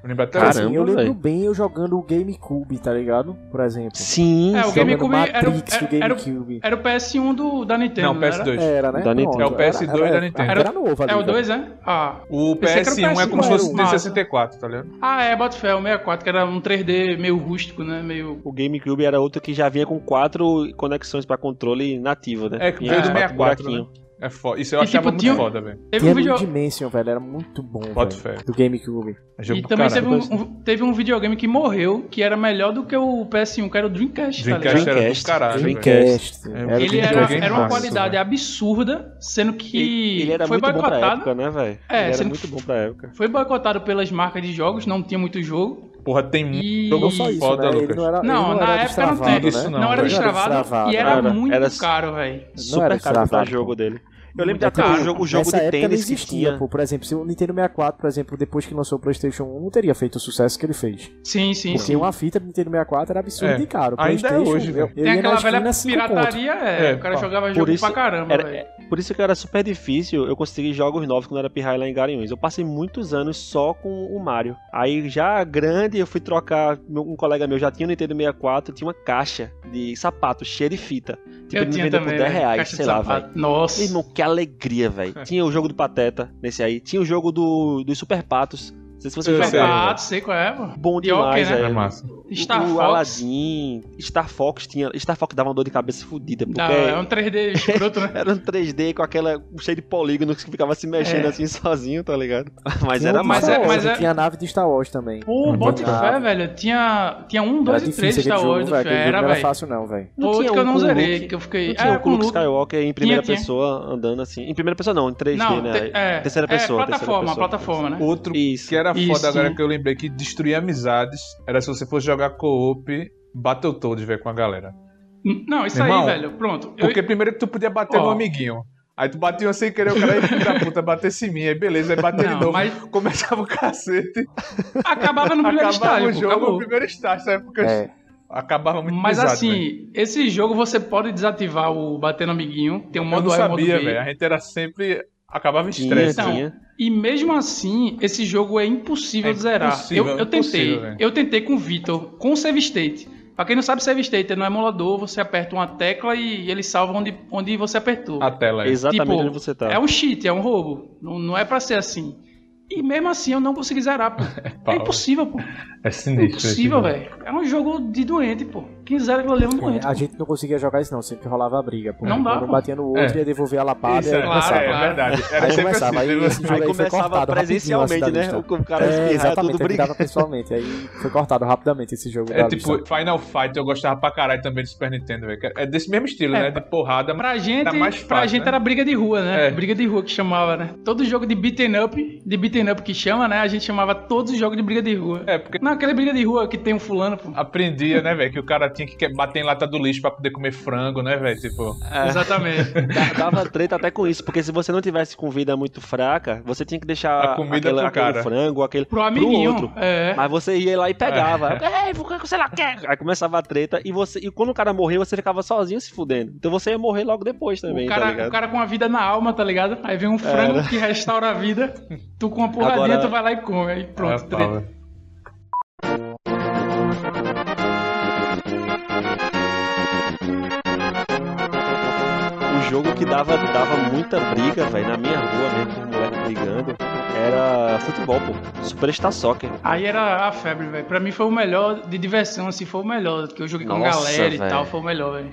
Eu lembro até Cara, hoje. assim, eu Caramba, lembro velho. bem eu jogando o GameCube, tá ligado? Por exemplo. sim, É, o sim. Game- Jogando GameCube era o- é, Matrix do era- era o- GameCube. Era o PS1 do, da Nintendo. Não, era? PS2. Era, né? Da Nintendo. Pronto, É o PS2 era- da Nintendo. Era, era novo ali. É o velho. 2, né? Ah. O Pensei que era o PS1 é como PS1, se fosse o era um- 64, tá ligado? ah, é, Battlefield 64, que era um 3D meio rústico, né? Meio. O GameCube era outro que já vinha com quatro conexões pra controle nativo, né? É, que Tinha veio do os quatro 64, buraquinhos. É foda. Isso eu E, achava tipo, muito tinha- foda, velho. Teve Tinha um um vídeo. Dimension, velho, era muito bom, Boto velho, fé. do GameCube. É jogo E pra também teve caralho. um, um- teve um videogame que morreu, que era melhor do que o PS1, que era o Dreamcast, tá Dreamcast ligado? era do Dreamcast. caralho, velho. Dreamcast. É, o Ele um era, videogame era uma massa, qualidade velho. absurda, sendo que Ele, ele era foi muito bom pra boicotado. época, né, velho? É, ele era você não- muito bom pra época. Foi boicotado pelas marcas de jogos, não tinha muito jogo. Porra, tem muito E. Jogou Não só isso, Foda, né? Ele Lucas. não Não, era, ele não na era época não destravado, tem. né? Não, isso, Não, era velho. destravado, destravado, e era, Era- muito era- caro, velho. Super caro destravado, pra pô. jogo dele. Eu lembro de Muito até o caro. jogo, o jogo Nessa de época não tênis que existia, tinha. pô. Por exemplo, se o Nintendo 64, por exemplo, depois que lançou o PlayStation 1, não teria feito o sucesso que ele fez. Sim, sim, Porque sim. uma fita do Nintendo 64 era absurdo É, e caro. O ainda é PlayStation, hoje, eu, velho. eu Tem ia na aquela velha esquina, cinco conto. pirataria, é, É, o cara pá. jogava Por jogo isso pra caramba, era- velho. Por isso que era super difícil eu conseguir jogos novos quando era pirraia lá em Garanhuns. Eu passei muitos anos só com o Mario. Aí já grande eu fui trocar, meu- um colega meu já tinha o Nintendo 64, tinha uma caixa de sapato cheia de fita. Tipo, ele Eu me tinha vendeu também, por 10 velho, reais, caixa de sei lá, sapato. velho. Nossa. Meu irmão, que alegria, velho. Tinha o jogo do Pateta nesse aí, tinha o jogo do, dos Super Patos, Não sei se você Eu já sei. jogaram. Ah, sei qual é, mano. Bom E ok, demais, né? É velho. massa. Star o, o Fox. Aladdin, Star Fox tinha. Star Fox dava uma dor de cabeça fodida, porque Não, é um 3D escroto, né? era um 3D com aquela. um cheio de polígonos que ficava se mexendo É. assim sozinho, tá ligado? Mas Tinha era um de mas massa. Star é- Wars, mas é- Tinha a nave de Star Wars também. Pô, bota botava. fé, velho. Tinha, tinha um, dois e três Star Wars do velho. Aquele Fera, jogo não era velho. fácil não, velho. Não Outro tinha que eu um não com o zerei, Luke? que eu fiquei. Não tinha é, o com o Luke Luke. Skywalker em primeira tinha. pessoa andando assim. Em primeira pessoa não, em 3D, Não, né? te- é, terceira pessoa, É, terceira plataforma, pessoa. plataforma, né? Outro Isso. que era foda Isso. agora que eu lembrei que destruía amizades era se você fosse jogar co-op Battletoads, velho, com a galera. Não, isso Irmão, aí, velho. Pronto. Eu- Porque primeiro tu podia bater Ó. no amiguinho. Aí tu batia sem querer, o cara aí, filho da puta, batesse em mim. Aí beleza, aí bater de Não, novo. mas- Começava o cacete, Acabava no primeiro acabava estágio. o pô, jogo acabou. no primeiro estágio, sabe? Porque É. acabava muito Mas pesado, velho. assim, esse jogo você pode desativar o bater no amiguinho, tem um eu modo não A e um modo sabia, B. velho. A gente era sempre... Acabava em Tinha, estresse. tinha. velho. E mesmo assim, esse jogo é impossível É de zerar. impossível, eu, eu impossível, tentei, velho. eu tentei com o Vitor, com o Save State. Pra quem não sabe, Save State é no emulador, você aperta uma tecla e ele salva onde, onde você apertou. A tela aí. Exatamente Tipo, onde você tá. É um cheat, é um roubo. Não, não é pra ser assim. E mesmo assim eu não consegui zerar, pô. É Pau. impossível, pô. É É sinistro. impossível, esse jogo. velho. É um jogo de doente, pô. Quem zera aquilo ali é um doente. A gente não conseguia jogar isso não, sempre rolava a briga. Pô. Não dá, Um pô. batia no outro, É. ia devolver a lapada Isso, e aí é, claro, começava. é, claro. verdade. Era Aí sempre começava, aí assim. esse jogo Aí aí foi começava cortado presencialmente, né? rapidinho, assim, da lista. O cara é, espirrar exatamente, tudo ele brigando. virava pessoalmente. Aí foi cortado rapidamente esse jogo É da tipo, lista. Final Fight eu gostava pra caralho também do Super Nintendo, velho. que É desse mesmo estilo, É, né? De porrada. mas Pra gente, Era mais pra fácil, gente né? era briga de rua, né? É. Briga de rua que chamava, né? Todo jogo de beaten up, de beaten up que chama, né? A gente chamava todos os jogos de briga de rua. É, porque Não, aquela briga de rua que tem um fulano, pô. aprendia, né, velho? Que o cara tinha que que- bater em lata do lixo pra poder comer frango, né, velho? Tipo, É. Exatamente. Da- Dava treta até com isso, porque se você não tivesse com vida muito fraca, você tinha que deixar A comida aquele, pro aquele cara. frango, aquele Pro amiguinho. outro. É. Mas você ia lá e pegava. É, Ei, o que você lá quer? Aí começava a treta e você e quando o cara morreu, você ficava sozinho se fudendo. Então você ia morrer logo depois também, o, tá cara, ligado? É. o cara com a vida na alma, tá ligado? Aí vem um frango que restaura a vida. Tu com uma porradinha, Agora- tu vai lá e come. Aí pronto, é, treta. pau. O jogo que dava, dava muita briga, velho, na minha rua mesmo, com o moleque brigando, era futebol, pô. Superstar Soccer. Aí era a febre, velho. Pra mim foi o melhor de diversão, assim, foi o melhor. Que eu joguei com Nossa, galera velho. e tal, foi o melhor, velho.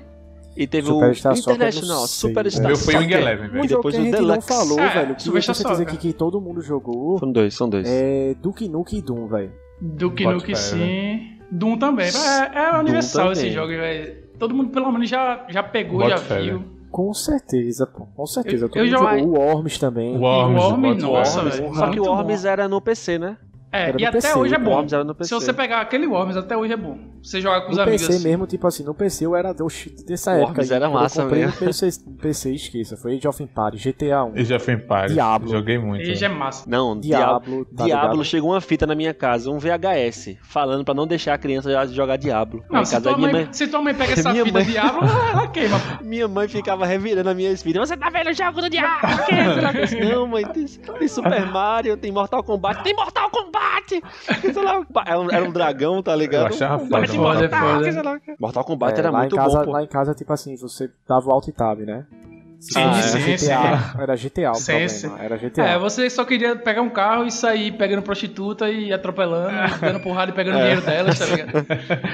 E teve Superstar o Soccer, eu não International, sei, Superstar Tá, O meu foi o Wing Soccer. Eleven, Um velho. depois jogo que a o gente não Deluxe. falou, É, velho, que eu Sylvester tenho certeza Stallone. que, que todo mundo jogou, São dois, são dois. é Duke Nukem e Doom, velho. Duke Bota Nukem fé, sim. Doom também. É, é universal também. esse jogo, velho. Todo mundo pelo menos já, já pegou, Bota já fé, viu. Com certeza, pô. Com certeza. Eu- todo eu mundo joguei- jogou. O Worms também. Worms, Worms, bota Um nossa, Worms. velho. Só que o Muito Worms era no PC, né? É, Era e no até PC, hoje é o bom. Worms era no PC. Se você pegar aquele Worms, até hoje é bom. Você joga com os No amigos PC assim. mesmo, tipo assim, no PC eu era oxi, dessa Worms época. aí, era quando massa eu comprei mesmo. No PC, PC, esqueça. Foi Age of Empires, GTA 1, E já foi em paz. Diablo. Joguei muito. E já é massa. Não, Diablo. Diablo, tá Diablo ligado? chegou uma fita na minha casa, um VHS, falando pra não deixar a criança já jogar Diablo. Lá Não, em se casa, tua, aí minha, mãe, mãe, se tua mãe pega essa Minha fita mãe- diabo, ela queima. pô. minha mãe ficava revirando a minha espinha. Você tá vendo o jogo do Diablo? Que é isso?" Eu disse, não, mãe, tem, tem Super Mario, tem Mortal Kombat, tem Mortal Kombat! Sei lá, era, um, era um dragão, tá ligado? Eu achava Um foda, Mortal mano. Kombat, Foda. sei lá o quê. Mortal Kombat É, era lá muito em casa, bom, pô. Lá em casa, tipo assim, você dava o alt tab, né? Sim, Ah, sim, era é. sim. GTA, era GTA o Sim, problema, sim. era GTA. É, você só queria pegar um carro e sair pegando prostituta e atropelando, É. e dando porrada e pegando dinheiro delas, tá ligado?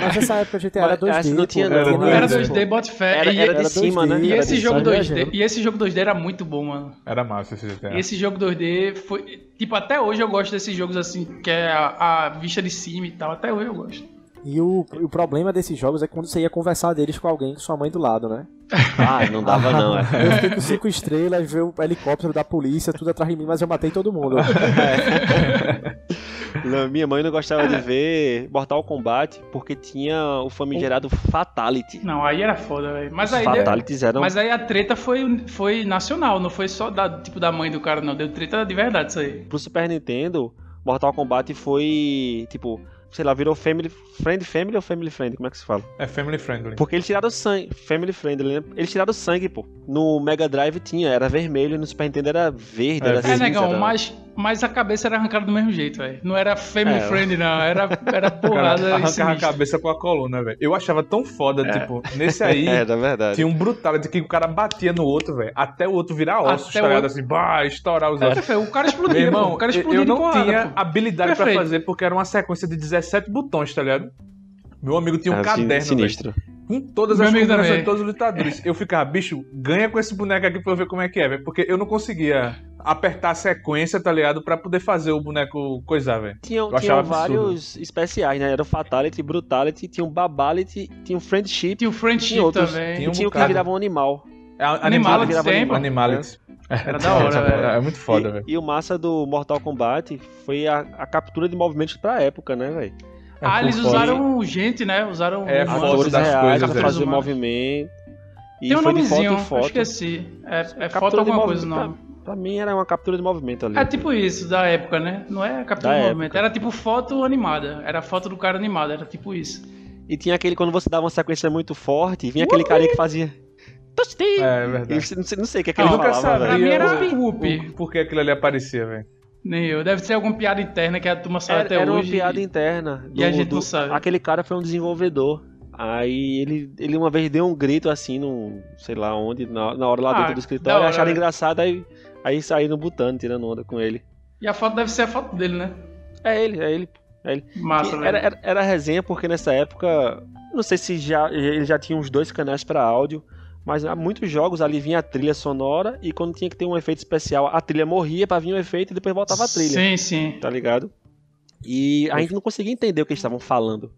Mas nessa época GTA era Mas 2D, essa não tinha pô, não, nada né? Era Pois é, disso, 2D, pô. bota fé. Era, e, era de era cima, 2D, né? e Era esse de né? jogo cima. 2D, e esse jogo 2D era muito bom, mano. Era massa esse É. GTA. E esse jogo 2D foi. Tipo, até hoje eu gosto desses jogos assim, que é a, a vista de cima e tal. Até hoje eu gosto. E o, o problema desses jogos é quando você ia conversar deles com alguém com sua mãe do lado, né? Ah, não dava não, é. Eu fiquei com cinco estrelas, ver o helicóptero da polícia, tudo atrás de mim, mas eu matei todo mundo. Não, minha mãe não gostava de ver Mortal Kombat porque tinha o famigerado Fatality. Não, aí era foda, velho. Mas Os aí. né, Fatalities eram. Mas aí a treta foi, foi nacional, não foi só da, tipo, da mãe do cara, não. Deu treta de verdade isso aí. Pro Super Nintendo, Mortal Kombat foi. Tipo, sei lá, virou Family Friend Family ou Family Friend? Como é que se fala? É family friendly. Porque eles tiraram sangue. Family Friendly, né? Eles tiraram sangue, pô. No Mega Drive tinha, era vermelho, e no Super Nintendo era verde, É era verde. É, cinza. negão, era- mas Mas a cabeça era arrancada do mesmo jeito, velho. Não era family É. friend, não. Era, era porrada Cara, e arrancava a sinistro. cabeça com a coluna, velho. Eu achava tão foda, tipo, nesse aí É, na verdade. tinha um brutality que o cara batia no outro, velho, até o outro virar Até ossos, o tá ligado? outro- Assim, bah, estourar os ossos. É, velho, o cara explodia, Meu irmão, pô. O cara eu- explodia eu não de porrada, tinha pô. habilidade pra Perfeito. fazer, porque era uma sequência de 17 botões, tá ligado? Meu amigo tinha um Ah, sin- caderno, velho, Sinistro. com todas Meu as amigo combinações também. de todos os lutadores. Eu ficava, bicho, ganha com esse boneco aqui pra eu ver como é que é, velho. Porque eu não conseguia apertar a sequência, tá ligado? Pra poder fazer o boneco coisar, velho. Tinham, Eu tinham achava absurdo. um- vários especiais, né? Era o Fatality, Brutality, tinha o Babality, tinha o Friendship Tinha o Tinha friendship outros. também. Tinha e um tinha o que bocado. virava um animal. É a- Animality virava tem, animal. né? pô. Animality. Era da hora, Essa- velho. É muito foda, E- velho. e, o massa do Mortal Kombat foi a, a captura de movimentos pra época, né, velho? É ah, eles muito foda. usaram gente, né? Usaram É, humanos. foto Atores das reais coisas, pra é. fazer Humanos. movimento. E um Tem um foi de foto nomezinho, em eu foto. esqueci. É, é Captura de foto alguma movimento. coisa, não. Pra mim era uma captura de movimento ali. É tipo isso, da época, né? Não é captura Da do movimento. Era tipo foto animada. Era foto do cara animada, era tipo isso. E tinha aquele, quando você dava uma sequência muito forte, vinha aquele carinha que fazia. Tosti! É Eu verdade. não sei, não sei o que é que Eu ele nunca falava, sabia. Pra velho. mim era um o- Whoop. Por que aquilo ali aparecia, velho? Nem eu. Deve ser alguma piada interna que a turma sabe Era, até era uma hoje. piada interna. e a gente não sabe. Aquele cara foi um desenvolvedor. Aí ele, ele uma vez deu um grito assim, num, sei lá onde, na, na hora lá Ah, dentro do da escritório, hora, acharam né? engraçado, aí, aí saíram botando, tirando onda com ele. E a foto deve ser a foto dele, né? É ele, é ele. Massa, E velho. era, era, era resenha porque nessa época, não sei se já ele já tinha uns dois canais pra áudio, mas há muitos jogos ali vinha a trilha sonora e quando tinha que ter um efeito especial, a trilha morria pra vir o efeito e depois voltava a trilha, Sim, sim. tá ligado? E a gente não conseguia entender o que eles estavam falando.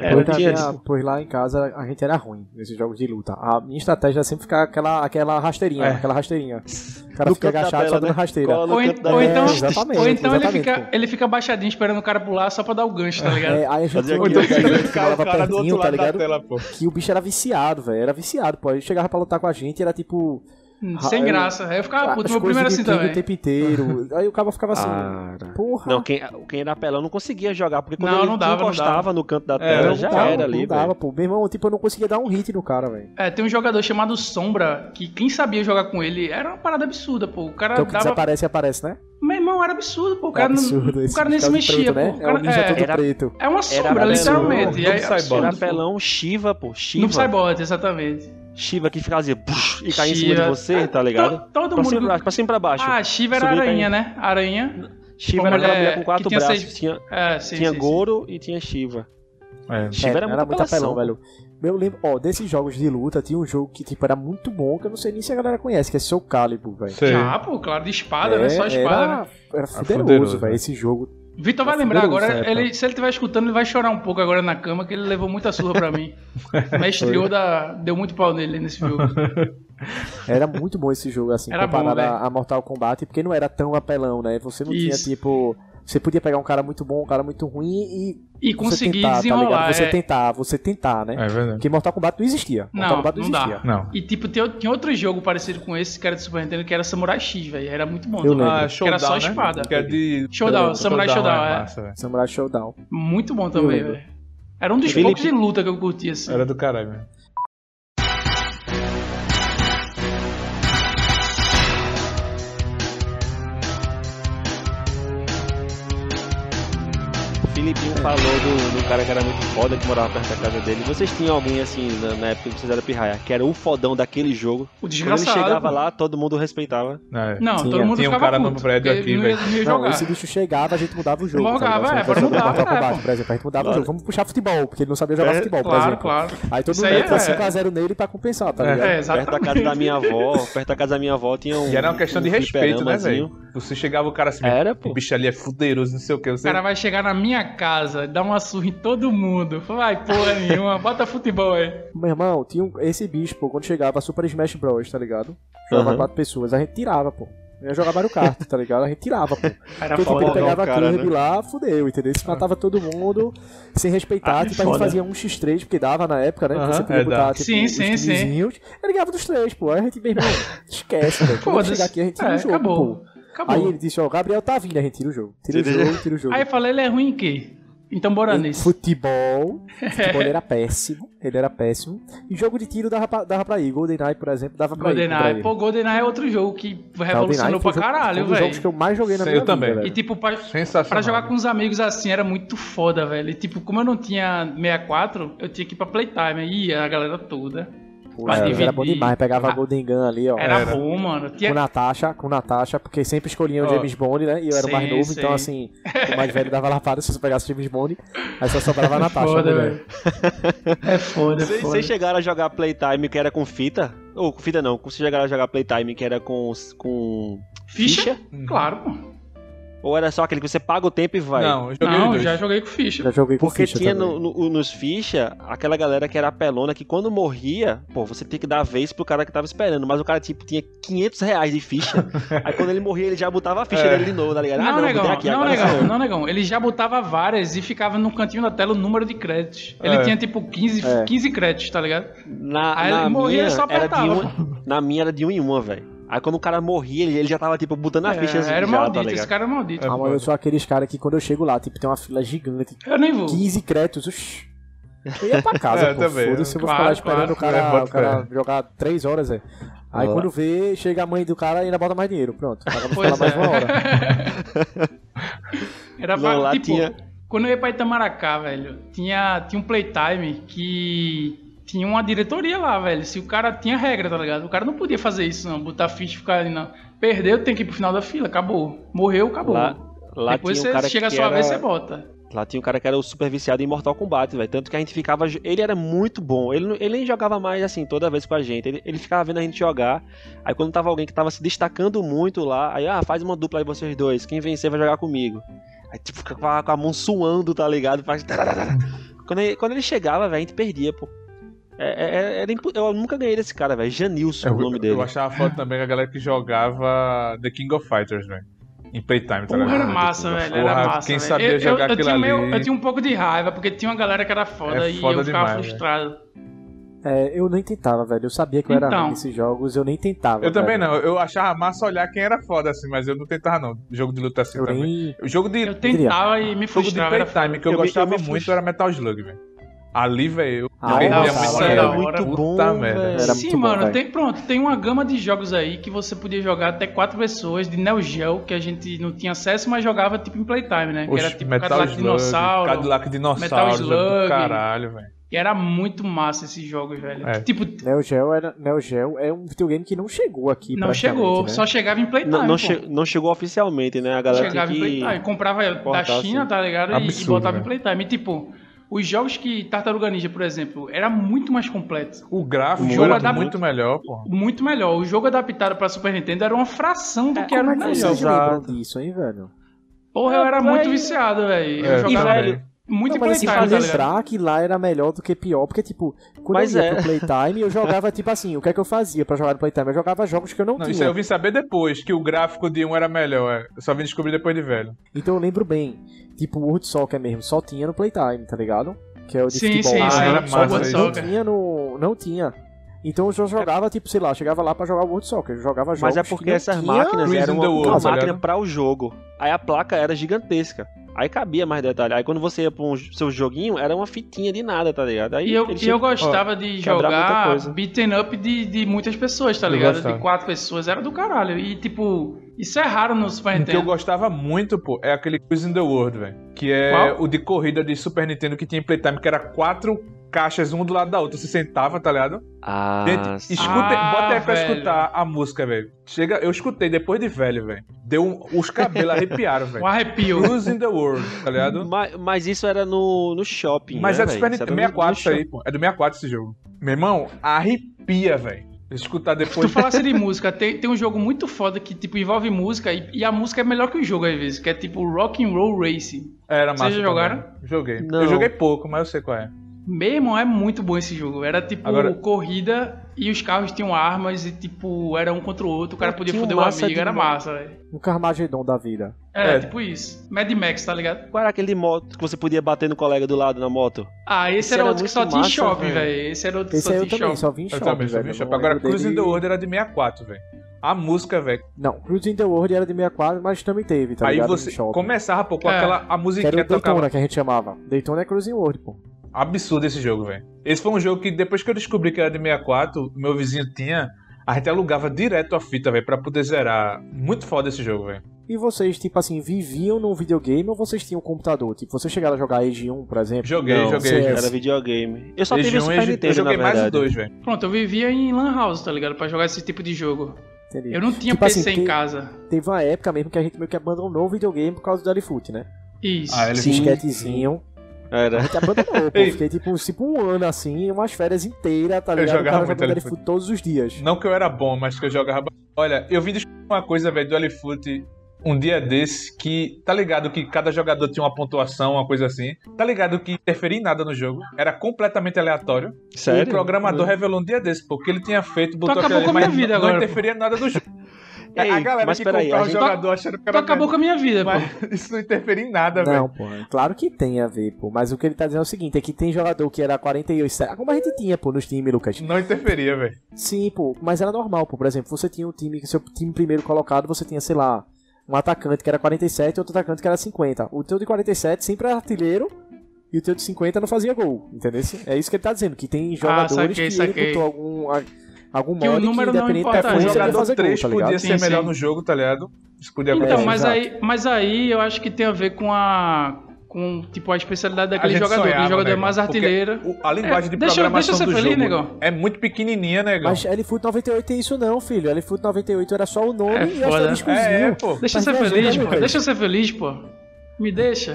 Era, Pois, na tinha- minha- pois lá em casa a gente era ruim nesses jogos de luta. A minha estratégia era sempre ficar aquela, aquela rasteirinha, É. aquela rasteirinha. O cara No fica canto da agachado só tela, dando né? rasteira. Cola no Ou, en- canto da ou tela. então, É, exatamente, ou então ele, exatamente, fica, ele fica baixadinho esperando o cara pular só pra dar o gancho, tá ligado? É, aí a gente Fazia tinha um aquilo, amigo cara, que morava pertinho, tá ligado? tela, pô. Que o bicho era viciado, velho. Era viciado, pô. Ele chegava pra lutar com a gente, era tipo. Hum, Sem Ah, graça. Aí eu ficava puto, as meu primeiro coisas assim de King também. o tempo inteiro. Aí o cara ficava assim. Cara. Porra. Ah. Não, quem, quem era apelão não conseguia jogar, porque quando Não, ele não dava, não encostava dava. no canto da É, tela, não já dava, era ali, não velho. dava, pô. Meu irmão, tipo, eu não conseguia dar um hit no cara, velho. É, tem um jogador chamado Sombra, que quem sabia jogar com ele era uma parada absurda, pô. O Ah, cara Que é o que dava. desaparece e aparece, né? Meu irmão, era absurdo, pô. O cara, é absurdo não, esse o cara nem se cara de mexia, preto, pô. O Né? É o cara, ninja é, todo era- preto. é uma sombra, apelão, literalmente. Noob E aí, Saibot. Era absurdo, pô. apelão Shiva, pô. Shiva. Tá Não sai bota, exatamente. Shiva que fazia push, e caía em cima de Shiva. você, tá ligado? To- Todo Pra cima, e pra mundo. baixo, pra cima e pra baixo. Ah, Shiva era Subir e aranha, né? Aranha. Shiva uma era aquela mulher mulher com quatro é que tinha braços. seis- Tinha, É, sim. tinha sim, sim. Goro e tinha Shiva. É. Shiva era, um muito apelação, velho. Eu lembro, ó, desses jogos de luta, tinha um jogo que, tipo, era muito bom, que eu não sei nem se a galera conhece, que é Soul Calibur, velho. Sei. Já, pô, claro, de espada, né? É, Só espada, né? Era, era fuderoso, fuderoso, velho, esse jogo. Vitor vai É lembrar fuderoso essa agora, época. ele, se ele estiver escutando, ele vai chorar um pouco agora na cama, que ele levou muita surra pra mim. O mestre Yoda deu muito pau nele nesse jogo. Era muito bom esse jogo, assim, Era bom, comparado a- velho. a Mortal Kombat, porque não era tão apelão, né? Você não Isso. tinha, tipo... Você podia pegar um cara muito bom, um cara muito ruim e E você consegui tentar, tá desenrolar. ligado? Você é. tentar, você tentar, né? É verdade. Porque Mortal Kombat não existia. Mortal Não, Kombat não existia. dá. Não. E tipo, tem, tinha outro jogo parecido com esse, que era de Super Nintendo, que era Samurai X, velho. Era muito bom. Eu também. lembro. Ah, Que era showdown, só né? espada. Que é de... Showdown, Samurai Showdown, é. massa, velho. Samurai Showdown. Muito bom Eu também, lembro. velho. Era um dos Felipe- poucos de luta que eu curti, assim. Era do caralho, velho. O Filipinho É. falou do, do cara que era muito foda, que morava perto da casa dele. Vocês tinham alguém assim, na, na época que vocês eram pirraia, que era o fodão daquele jogo. O Quando ele desgraçado. chegava pô. lá, todo mundo respeitava. É. Não, Tinha- todo mundo tinha um ficava cara no puto, prédio porque aqui, não ia, velho. não ia Não, jogar. esse é bicho chegava, a gente mudava o jogo. Jogava, tá ligado? Se é, não fosse mudava, Mortal é, Kombat, pô. por exemplo. A gente mudava Claro. o jogo. Vamos puxar futebol, porque ele não sabia jogar É, futebol, por Claro, exemplo. claro. Aí todo Isso mundo aí dava é- 5x0 nele pra compensar, tá ligado? É, Perto da casa exatamente. da minha avó, perto da casa da minha avó tinha um. E era uma questão de um respeito, né, fliperamazinho. velho? Você chegava o cara assim, Era, pô. o bicho ali é fuderoso, não sei o que. O Você... cara vai chegar na minha casa, dar uma surra em todo mundo. Vai, porra nenhuma, bota futebol aí. Meu irmão, tinha um- esse bicho, pô, quando chegava Super Smash Bros, tá ligado? Jogava Aham. quatro pessoas, a gente tirava, pô. Ia jogar Mario Kart, tá ligado? A gente tirava, pô. Era Porque tipo, ele foda. pegar- pegava o cara, né? né? clube lá, fudeu, entendeu? Ah. Se matava todo mundo sem respeitar. Ah, tipo, a foda. gente fazia um x3, porque dava na época, né? Aham, você podia é, dá. botar, tipo, Sim, os sim, sim. timezinhos. Ele ganhava dos três, pô. Aí a gente, meu irmão, esquece, velho. Quando Foda-se. chegar aqui, a gente tira É, o jogo, acabou. pô. Acabou. Aí ele disse, ó, Gabriel tá vindo, a gente tira o jogo. Tira o Tira o jogo, tira o jogo. Aí eu falei, ele é ruim em quê? Então bora nisso. Futebol. Futebol ele era péssimo. Ele era péssimo. E jogo de tiro dava pra, dava pra ir. GoldenEye, por exemplo, dava pra ir. pra GoldenEye. ir. Pô, GoldenEye é outro jogo que GoldenEye revolucionou foi pra um jogo- caralho, um dos jogos que velho. eu mais joguei na Sim, minha eu vida. também. velho. E tipo, pra, é Sensacional. pra jogar com os amigos assim era muito foda, velho. E tipo, como eu não tinha 64, eu tinha que ir pra Playtime. E ia a galera toda. Pô, pra era- dividir. era bom demais. Pegava a Ah, Golden Gun ali, ó. Era, Era. bom, mano. Com Tinha... Natasha, com Natasha, porque sempre escolhiam o é- Ó. James Bond, né? E eu era o mais Sim, novo, sim. então assim, o mais velho dava lapada se você pegasse o James Bond, aí só sobrava a Natasha. foda, mulher. né? velho. É foda, é Vocês foda. vocês chegaram a jogar Playtime que era com fita? Ou com fita não, vocês chegaram a jogar Playtime que era com, com Ficha? Uhum. Claro, pô. Ou era só aquele que você paga o tempo e vai? Não, eu joguei os Não, dois. já joguei com ficha. Já joguei com Porque ficha tinha também. no- no- nos ficha aquela galera que era apelona que quando morria, pô, você tinha que dar a vez pro cara que tava esperando, mas o cara tipo tinha 500 reais de ficha. aí quando ele morria, ele já botava a ficha É. dele de novo, tá ligado? ah, Não, não, negão, botei aqui não, agora. negão, sou eu. não, negão. Ele já botava várias e ficava no cantinho da tela o número de créditos. Ele É. tinha tipo 15, É. 15 créditos, tá ligado? Na, Aí na ele morria, minha, ele só era de apertava. um, Na minha era de um em uma, velho. Aí quando o cara morria, ele, ele já tava tipo botando a É, ficha era já, maldito, tá esse ligado? cara é maldito. É. Ah, mas eu sou aqueles caras que quando eu chego lá, tipo, tem uma fila gigante, Eu nem vou. 15 créditos, oxi. Eu ia pra casa, É, pô, também. foda-se, eu vou Claro, ficar lá claro. esperando o cara, É, o bota cara jogar 3 horas, é. Aí Ó. quando vê, chega a mãe do cara e ainda bota mais dinheiro, pronto. Acaba de falar Pois mais uma hora. é. Era pra, Não, lá tipo, tinha- quando eu ia pra Itamaracá, velho, tinha, tinha um playtime que tinha uma diretoria lá, velho. Se o cara tinha regra, tá ligado? O cara não podia fazer isso, não. Botar ficha e ficar ali, não. Perdeu, tem que ir pro final da fila, acabou. Morreu, acabou. Lá, lá Depois tinha um você cara chega a que sua era... vez, você bota. Lá tinha um cara que era o super viciado em Mortal Kombat, velho. Tanto que a gente ficava. Ele era muito bom. Ele, não- ele nem jogava mais assim toda vez com a gente. Ele, ele ficava vendo a gente jogar. Aí quando tava alguém que tava se destacando muito lá, aí, ah, faz uma dupla aí vocês dois. Quem vencer vai jogar comigo. Aí tipo, fica com a, com a mão suando, tá ligado? Faz... tararara. Quando ele, quando ele chegava, velho, a gente perdia, pô. É- é- é- era impo- Eu nunca ganhei desse cara, velho. Janilson, Eu, É o nome É, eu dele. achava foda também a galera que jogava The King of Fighters, velho. Em Playtime, tá Porra, ligado? era massa, velho. Era Porra, massa. quem velho. sabia eu, eu- jogar eu, aquilo tinha meio- ali. eu tinha um pouco de raiva, porque tinha uma galera que era foda, É e eu foda ficava demais, frustrado. É, eu nem tentava, velho. Eu sabia que eu era Então. ruim nesses jogos, eu nem tentava. Eu também velho. não. Eu achava massa olhar quem era foda, assim, mas eu não tentava, não. Jogo de luta assim Eu também. nem. O jogo de, Eu tentava e me jogo de frustrava. era Playtime que eu, Eu me- eu gostava me muito frustra- era Metal Slug, velho. Ali, velho, eu Ah, perdia nossa, muito era tempo. muito bom, Puta merda. velho. Era Sim, muito bom, mano, velho. tem, pronto, tem uma gama de jogos aí que você podia jogar até quatro pessoas de Neo Geo, que a gente não tinha acesso, mas jogava tipo em Playtime, né? Que Oxe, era tipo Metal Cadillac Slug, Dinossauro. Cadillac Dinossauro, Metal jogo Slug. do caralho, velho. E era muito massa esses jogos, velho. É. Tipo, Neo Geo, era... Neo Geo é um videogame que não chegou aqui. não praticamente, chegou, né? só chegava em Playtime. Não, não, pô. che- não chegou oficialmente, né? A galera Chegava em tinha que. Playtime, comprava da Importar, China, assim. tá ligado? E- e Absurdo, né? botava em velho. Playtime. E tipo, os jogos que Tartaruga Ninja, por exemplo, era muito mais completo. O gráfico um O jogo era adapta- muito melhor, porra. Muito melhor. O jogo adaptado pra Super Nintendo era uma fração do que era Como o é que Neo vocês Geo. Exato. lembram disso, hein, velho? Porra, eu era É, muito velho. viciado, velho. É, Eu jogava também. muito Não, em mas Playtime, assim, pra tá ligado? lembrar que lá era melhor do que pior, porque, tipo, quando Mas eu ia é. pro Playtime, eu jogava, tipo assim, o que é que eu fazia pra jogar no Playtime? Eu jogava jogos que eu não, Não, tinha. isso aí eu vim saber depois, que o gráfico de um era melhor. é. Eu só vim descobrir depois de velho. Então eu lembro bem, tipo, o World Soccer mesmo, só tinha no Playtime, tá ligado? Que é o de Sim, futebol. sim, lá, Ah, sim. era Só massa World isso. né? não Soccer. tinha no... não tinha. Então eu só jogava, tipo, sei lá, chegava lá pra jogar World Soccer, eu jogava jogos Mas é que porque um não essas tinha... máquinas Prison eram the uma, World, uma tá máquina ligado? para o jogo. Aí a placa era gigantesca. Aí cabia mais detalhe. Aí quando você ia pra um j- seu joguinho, era uma fitinha de nada, tá ligado? Aí E eu, ele e eu tinha- gostava de quebrar muita jogar coisa. beaten up de, de muitas pessoas, tá Eu ligado? gostava. De quatro pessoas, era do caralho. E tipo, isso é raro no Super O que eu Nintendo. gostava muito, pô, é aquele Cruise in the World, velho. Que é Qual? o de corrida de Super Nintendo que tinha em Playtime, que era quatro caixas, um do lado da outra. Você sentava, tá ligado? Ah, Gente, é sim. escuta, Ah, bota aí pra velho. escutar a música, velho. Chega, eu escutei depois de velho, velho. Deu um- os cabelos arrepiaram, Um velho. arrepio. Cruise in the World, tá ligado? mas, mas isso era no, no shopping. Mas né, é do véi? Super Isso Nintendo. era no- 64 no isso aí, pô. É do 64 esse jogo. Meu irmão, arrepia, velho. Escutar tu depois. falasse de música, tem, tem um jogo muito foda que tipo envolve música e, e a música é melhor que o jogo às vezes, que é tipo Rock and Roll Racing. Era massa. Vocês já também. jogaram? Joguei. Não. Eu joguei pouco, mas eu sei qual é. Meu irmão, é muito bom esse jogo. Era tipo Agora- corrida e os carros tinham armas e tipo era um contra o outro, o cara Pô, podia tinha um foder o massa amigo, era demais. massa, velho. Um Carmageddon da vida. Era É. tipo isso. Mad Max, tá ligado? Qual era aquele de moto que você podia bater no colega do lado na moto? Ah, esse, era, era outro que muito só tinha em massa, shopping, velho. velho. Esse era outro que Esse só tinha aí eu em também, shopping. só vi em Eu shopping, também, só velho. vi não shopping. Agora, lembro Cruise in the dele. World era de 64, velho. A música, velho. Não, Roots in the World era de 64, mas também teve, tá aí ligado? você No shopping. começava, pô, com É. aquela a Que era musiquinha o Daytona, tocava. que a gente chamava. Daytona é Cruising World, pô. Absurdo esse jogo, velho. Esse foi um jogo que depois que eu descobri que era de 64, meu vizinho tinha, a gente alugava direto a fita, velho, pra poder zerar. Muito foda esse jogo, velho. E vocês, tipo assim, viviam num videogame ou vocês tinham um computador? Tipo, vocês chegaram a jogar Age 1, por exemplo? Joguei, Não, é. joguei, CS. joguei. Era videogame. Eu só Age tive um, Super Age- Nintendo, eu joguei na mais verdade. os dois, velho. Pronto, eu vivia em Lan House, tá ligado? Pra jogar esse tipo de jogo. Entendi. Eu não tinha Tipo assim, PC em que- casa. Teve uma época mesmo que a gente meio que abandonou o videogame por causa do Dalifoot, né? Isso. Ah, ele Sim. Disquetezinho. A Era. gente abandonou, pô. Ei. Fiquei tipo, tipo um ano assim, umas férias inteiras, tá Eu ligado? O jogava cara muito jogando Dalifoot. Dalifoot todos os dias. Não que eu era bom, mas que eu jogava. ba- Olha, eu vim descobrir uma coisa, velho, do Alifoot um dia desse, que tá ligado que cada jogador tinha uma pontuação, uma coisa assim. Tá ligado que interferia em nada no jogo. Era completamente aleatório. Sério? Uhum. O programador revelou um dia desse, porque ele tinha feito, botou acabou com aquele, a minha mas vida não agora, pô. interferia em nada do jogo. Ei, a galera mas que peraí, a comprava o gente- jogador achando que Tu era Então acabou com a minha vida, pô. merda, mas isso não interferia em nada, velho. Não, pô. Claro que tem a ver, pô. Mas o que ele tá dizendo é o seguinte: é que tem jogador que era 48. Ah, Como a gente tinha, pô, nos times, Lucas. Não interferia, velho. Sim, pô. Mas era normal, pô. Por exemplo, você tinha um time que seu time primeiro colocado, você tinha, sei lá, um atacante que era 47 e outro atacante que era 50. O teu de 47 sempre era artilheiro. E o teu de 50 não fazia gol, entendeu? É isso que ele tá dizendo, que tem jogadores Ah, saquei, que saquei. ele botou algum, a- algum Que o modo que, número não independente importa, da Tá, O força, ele ia É, um jogador fazer 3 gol, tá podia ligado? ser Sim, melhor sim. no jogo, tá ligado? Isso podia Então, acontecer. mas, exato. aí, mas aí eu acho que tem a ver com a. Com, tipo, a especialidade daquele gente jogador. que sonhava, O jogador é negão, mais porque artilheiro. o- a É, linguagem de deixa eu- programação deixa eu ser do feliz, jogo negão. é muito pequenininha, negão. Mas LFoot 98 é isso não, filho. LFoot 98 era só o nome É e o foda. asteriscozinho. É, é, pô. Deixa eu Mas ser me ajuda, feliz, pô. Lucas. Deixa eu ser feliz, pô. Me deixa.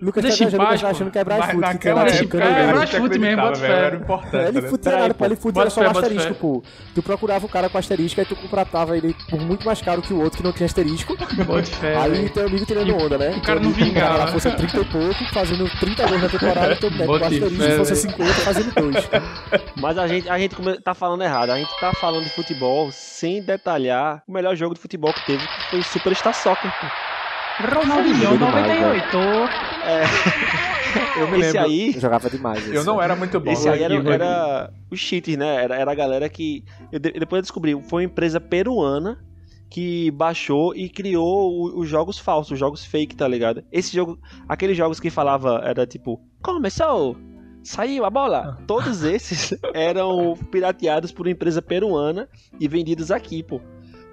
Lucas Deixa tá em viajando, Lucas paz, tá pô. achando que é Mas Brasfoot. que tem naquela lá Deixa em brincando, paz, velho. É, época, Brasfoot eu mesmo, acreditava, bota velho, fé. Era importante. Ele né? futia nada, pô. Ele futia Bota era só um fé, bota fé. asterisco, pô. Tu procurava o cara com asterisco, aí tu contratava ele por muito mais caro que o outro que não tinha asterisco. Bote fé. aí É, velho. teu amigo tirando onda, né? o cara não vingava. vingava. cara fosse 30 e pouco, fazendo 30 gols na temporada, teu boneco com Bote asterisco fé, fosse velho. 50, fazendo 2. Mas a gente, a gente come- tá falando errado. A gente tá falando de futebol sem detalhar o melhor jogo de futebol que teve, que foi o Superstar Soccer. pô. Ronaldinho, Demais, 98. Eu me Esse lembro. aí, Eu jogava demais. assim. Eu não era muito bom. esse aí era, Eu- era os cheaters, né? Era, era a galera que. Eu de- depois eu descobri, foi uma empresa peruana que baixou e criou o- os jogos falsos, os jogos fake, tá ligado? Esse jogo, aqueles jogos que falava era tipo, começou! Saiu a bola! Ah. Todos esses eram pirateados por uma empresa peruana e vendidos aqui, pô.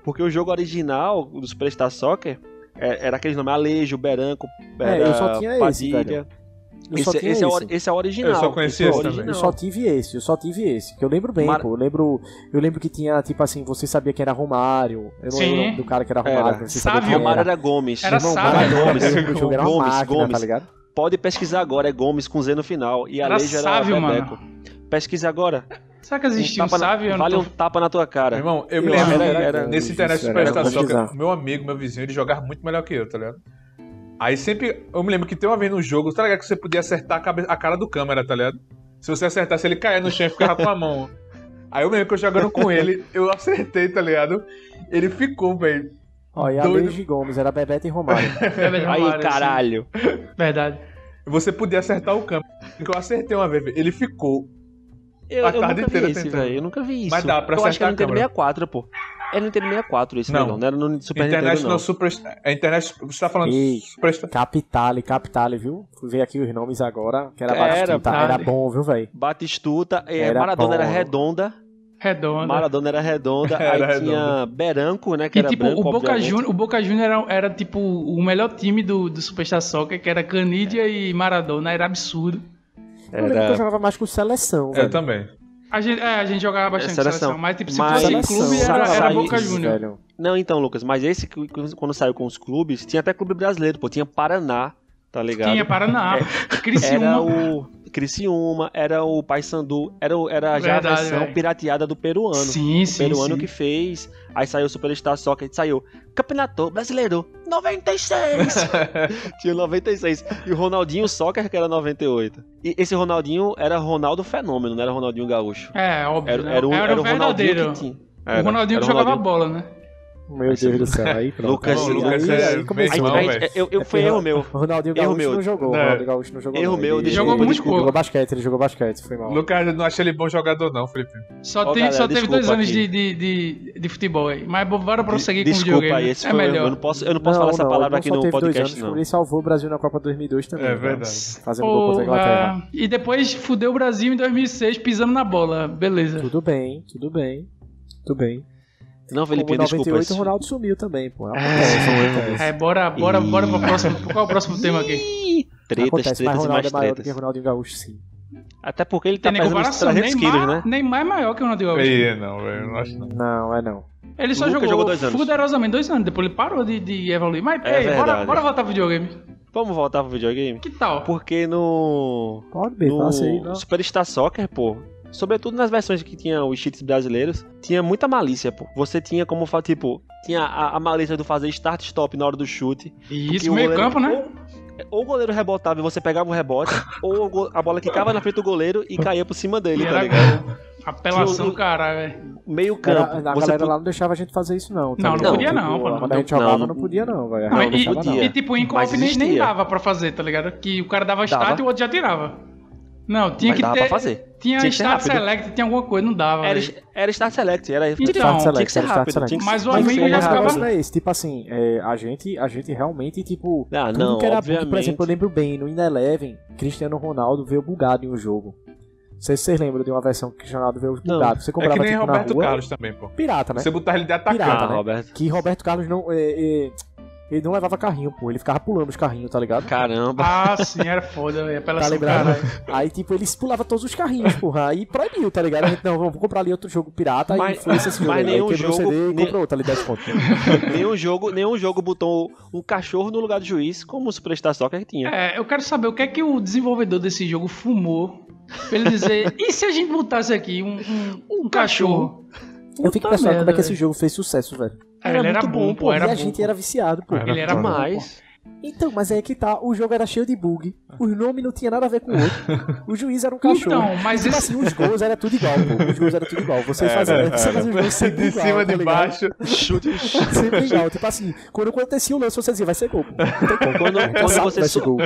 Porque o jogo original do Superstar Soccer é- era aqueles nomes Alejo, Beranco, É, eu só tinha esse, Padilha. velho. Eu só Esse, tinha esse é o, esse. esse é o original. Eu só conheci é o esse também. original. Eu só tive esse, eu só tive esse. Que eu lembro bem, Mar- pô. Eu lembro, eu lembro que tinha, tipo assim, você sabia quem era Romário. Eu não Sim. lembro o nome do cara que era Era. Romário. Era. Você sabia Sávio. quem Romário assim, era Gomes. Era Irmão, Sávio. Romário Gomes, era Gomes, Ah, é. jogo era uma Gomes, máquina, Gomes. tá ligado? Pode pesquisar agora, é Gomes com Z no final. E a Era Leija era Sávio, Bebeco. Pesquisa agora. Será que existia um tapa na- sábio? Eu não vale tô- um tapa na tua Meu cara. irmão, eu me Eu lembro. era- era- era- nesse isso, internet era- era Superstar Soccer, complicado. meu amigo, meu vizinho, ele jogava muito melhor que eu, tá ligado? Aí sempre. Eu me lembro que tem uma vez no jogo, tá ligado? Que você podia acertar a, cabe- a cara do câmera, tá ligado? Se você acertasse, ele caia no chão e ficava com a mão. Aí eu me lembro que eu jogando com ele, eu acertei, tá ligado? Ele ficou, velho. Ó, e a Doido. Leiji Gomes, era Bebeto e Romário. Bebeto Aí, Romário, caralho. assim. Verdade. Você podia acertar o câmera. Porque eu acertei uma vez, velho. ele ficou. Eu, A eu tarde nunca inteira vi esse, tentando. velho. Eu nunca vi isso. Mas dá pra Eu acho que era acertar a no Nintendo câmera. 64, pô. Era no Nintendo 64 esse, Não. não. não era no Super Internet Nintendo, não não. Superstar. A internet. Você tá falando Ei. Superstar. Capitale, Capitale, viu? Fui ver aqui os nomes agora, que era Era, Batistuta. Era, padre. bom, viu, velho? Batistuta, é, Era Maradona era bom. redonda. Redonda. Maradona era redonda. aí Era tinha Beranco, né? Que E era tipo, branco, o Boca, obviamente. Júnior, o Boca Júnior era, era, tipo o melhor time do, do Superstar Soccer, que era Canidia e Maradona, era absurdo. Eu lembro que eu Era... jogava mais com seleção, Eu velho. também. A gente, é, a gente jogava bastante Seleção. seleção. mas tipo, se Mas- fosse Seleção, clube, era, seleção. era Boca Isso, Júnior. velho. Não, então, Lucas, mas esse que- que quando saiu com os clubes, tinha até clube brasileiro, pô. Tinha Paraná, tá ligado? Tinha Paraná, É, Era Criciúma, o Criciúma, era o Paysandu, era, o- era já Verdade, a versão velho. pirateada do peruano. Sim, o sim, peruano sim. que fez, aí saiu o Superstar Soccer, saiu Campeonato Brasileiro 96. Tinha 96 e o Ronaldinho Soccer que era 98. E esse Ronaldinho era Ronaldo Fenômeno, não era Ronaldinho Gaúcho. É, óbvio. Era, né? era o, era o verdadeiro. Ronaldinho que tinha. o Ronaldinho que jogava bola, né? Meu Deus do céu, aí pronto. Lucas, aí, Lucas, aí, é aí começou. bem Aí- aí- velho. É eu, eu- foi erro meu. O Ronaldinho Erro Gaúcho meu. É. não jogou. Não. O Ronaldinho Gaúcho não jogou. Erro não. meu, Ele- deixa Jogou eu- muito Ele pouco. jogou basquete, ele jogou basquete, foi mal. Lucas, eu não achei ele bom jogador, não, Felipe. É Só, Ó, tem, galera, só teve desculpa dois anos aqui. de, de, de, de futebol aí. Mas bo- bora prosseguir com o Desculpa videogame. esse é foi melhor. Eu não posso, eu não posso falar essa palavra ele aqui só no teve dois podcast, anos, não. Ele salvou o Brasil na Copa 2002 também. É né? verdade. Fazendo gol contra Porra. a Inglaterra. ah, E depois fudeu o Brasil em 2006 pisando na bola. Beleza. Tudo bem, tudo bem. Tudo bem. Não, Como Felipe, em 98 desculpa. é o Ronaldo sumiu também, pô. um É, bora, bora, Ih. bora pro próximo. Qual é o próximo tema aqui? Ih, Tretas, Acontece, mas tretas e Ronaldo mais é maior do que tretas. Ronaldinho Gaúcho, sim. Até porque ele tá Tem nem pesando uns comparação. 300 Neymar, quilos, né? Neymar é maior que o Ronaldinho Gaúcho. Aí, não, velho. Não acho, não. Não, é não. Ele só Lucas jogou, jogou dois anos. fuderosamente dois anos. Depois ele parou de, de evoluir. Mas É ei, bora, verdade. bora voltar pro videogame. Vamos voltar pro videogame? Que tal? Porque no. Pode bem, passa aí. No Não. Superstar Soccer, pô. Sobretudo nas versões que tinha os cheats brasileiros, tinha muita malícia, pô. Você tinha como, fa- tipo, tinha a, a malícia do fazer start-stop na hora do chute. E que isso, o meio goleiro- campo, né? Ou, ou o goleiro rebotava e você pegava o rebote, ou o go- a bola quicava na frente do goleiro e caía por cima E dele, tá era ligado? gol. Apelação Tinha o- do caralho, velho. Meio campo. Era, a você galera pu- lá não deixava a gente fazer isso, não. tá Não, não ligado? podia não, Tipo, pô, não, Quando a gente não, jogava, não. não, podia, não, velho. A Não, real Não, não e, deixava, não. podia. e, tipo, em Mas co-op nem, nem existia. dava pra fazer, tá ligado? Que o cara dava Dava. start e o outro já tirava. Não, tinha Mas que dava ter. pra fazer. Tinha, Tinha que ser start rápido. select, tinha alguma coisa, não dava. Era, velho. era Start Select, era Então, tinha que ser Start Select, rápido. Start tinha que- Mas o tinha que Mas amigo ser o já rápido. ficava- negócio não é esse, tipo assim, é, a, gente, a gente realmente, tipo, Ah, tudo não, que era bug, obviamente. por exemplo, eu lembro bem, no In Eleven, Cristiano Ronaldo veio bugado em um jogo. Não sei se vocês lembram de uma versão que Cristiano Ronaldo veio Não. bugado. Você É comprava que nem tipo, na Roberto rua, Carlos também, pô. pirata, né? Você botar ele de atacante. Pirata, Ah, né? Roberto. Que Roberto Carlos não. é, é, ele não levava carrinho, pô. Ele ficava pulando os carrinhos, tá ligado? Caramba. Ah, sim, era foda, velho. Tá Apelação do lembrado? caralho. Aí, tipo, ele pulava todos os carrinhos, porra. Aí proibiu, tá ligado? A gente, não, vamos comprar ali outro jogo pirata. Aí Mas- foi esse jogo. mas aí né? nenhum quebrou o jogo- CD e nem- comprou outro ali 10 conto. nenhum, jogo, nenhum jogo botou um cachorro no lugar do juiz, como o Superstar Soccer tinha. É, eu quero saber o que é que o desenvolvedor desse jogo fumou pra ele dizer. e se a gente botasse aqui um, um, um cachorro? Eu fico Puta pensando como é que merda, esse jogo fez sucesso, velho. É, Era, ele era bom, pô, era e bom. a gente era viciado, pô. Ele era bom. Mas. Então, mas aí que tá, o jogo era cheio de bug. Os nomes não tinha nada a ver com o outro. O juiz era um cachorro. Então, mas Tipo esse. assim, os gols era tudo igual, pô. Os gols era tudo igual. Você É, fazia, você fazia os gols sempre De igual, cima, tá de ligado? baixo. Chute. Sempre igual. Tipo assim, quando acontecia o lance, você dizia, vai ser gol. pô. Não tem como. Quando- Já quando sabe que você vai ser su- gol.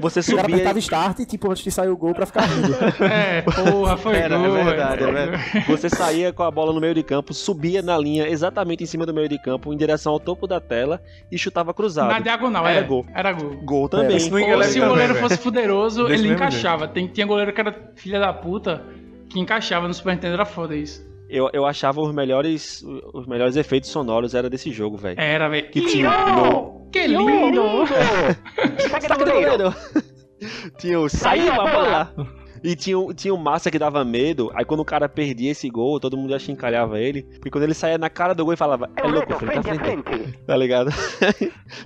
Você O cara subia. apertava start e, tipo, antes de sair o gol pra ficar rindo. É, porra, foi Era, gol, é verdade, é velho. verdade. Você saía com a bola no meio de campo, subia na linha exatamente em cima do meio de campo, em direção ao topo da tela e chutava cruzado. Na diagonal, Era era gol. gol. Era gol. Gol também. isso não Ou é Inglaterra se o também, goleiro velho. fosse fuderoso, Desse ele mesmo encaixava. Tem, tinha goleiro que era filha da puta que encaixava no Super Nintendo, era foda isso. Eu, eu achava os melhores, os melhores efeitos sonoros era desse jogo, velho. Era, velho. Que tinha Ih, Que lindo! Saque do goleiro. tinha o saiu a bola. E tinha, o- tinha o Massa que dava medo. Aí quando o cara perdia esse gol, todo mundo achincalhava ele. Porque quando ele saía na cara do gol e falava, é louco, eu falei, tá frente. Tá ligado?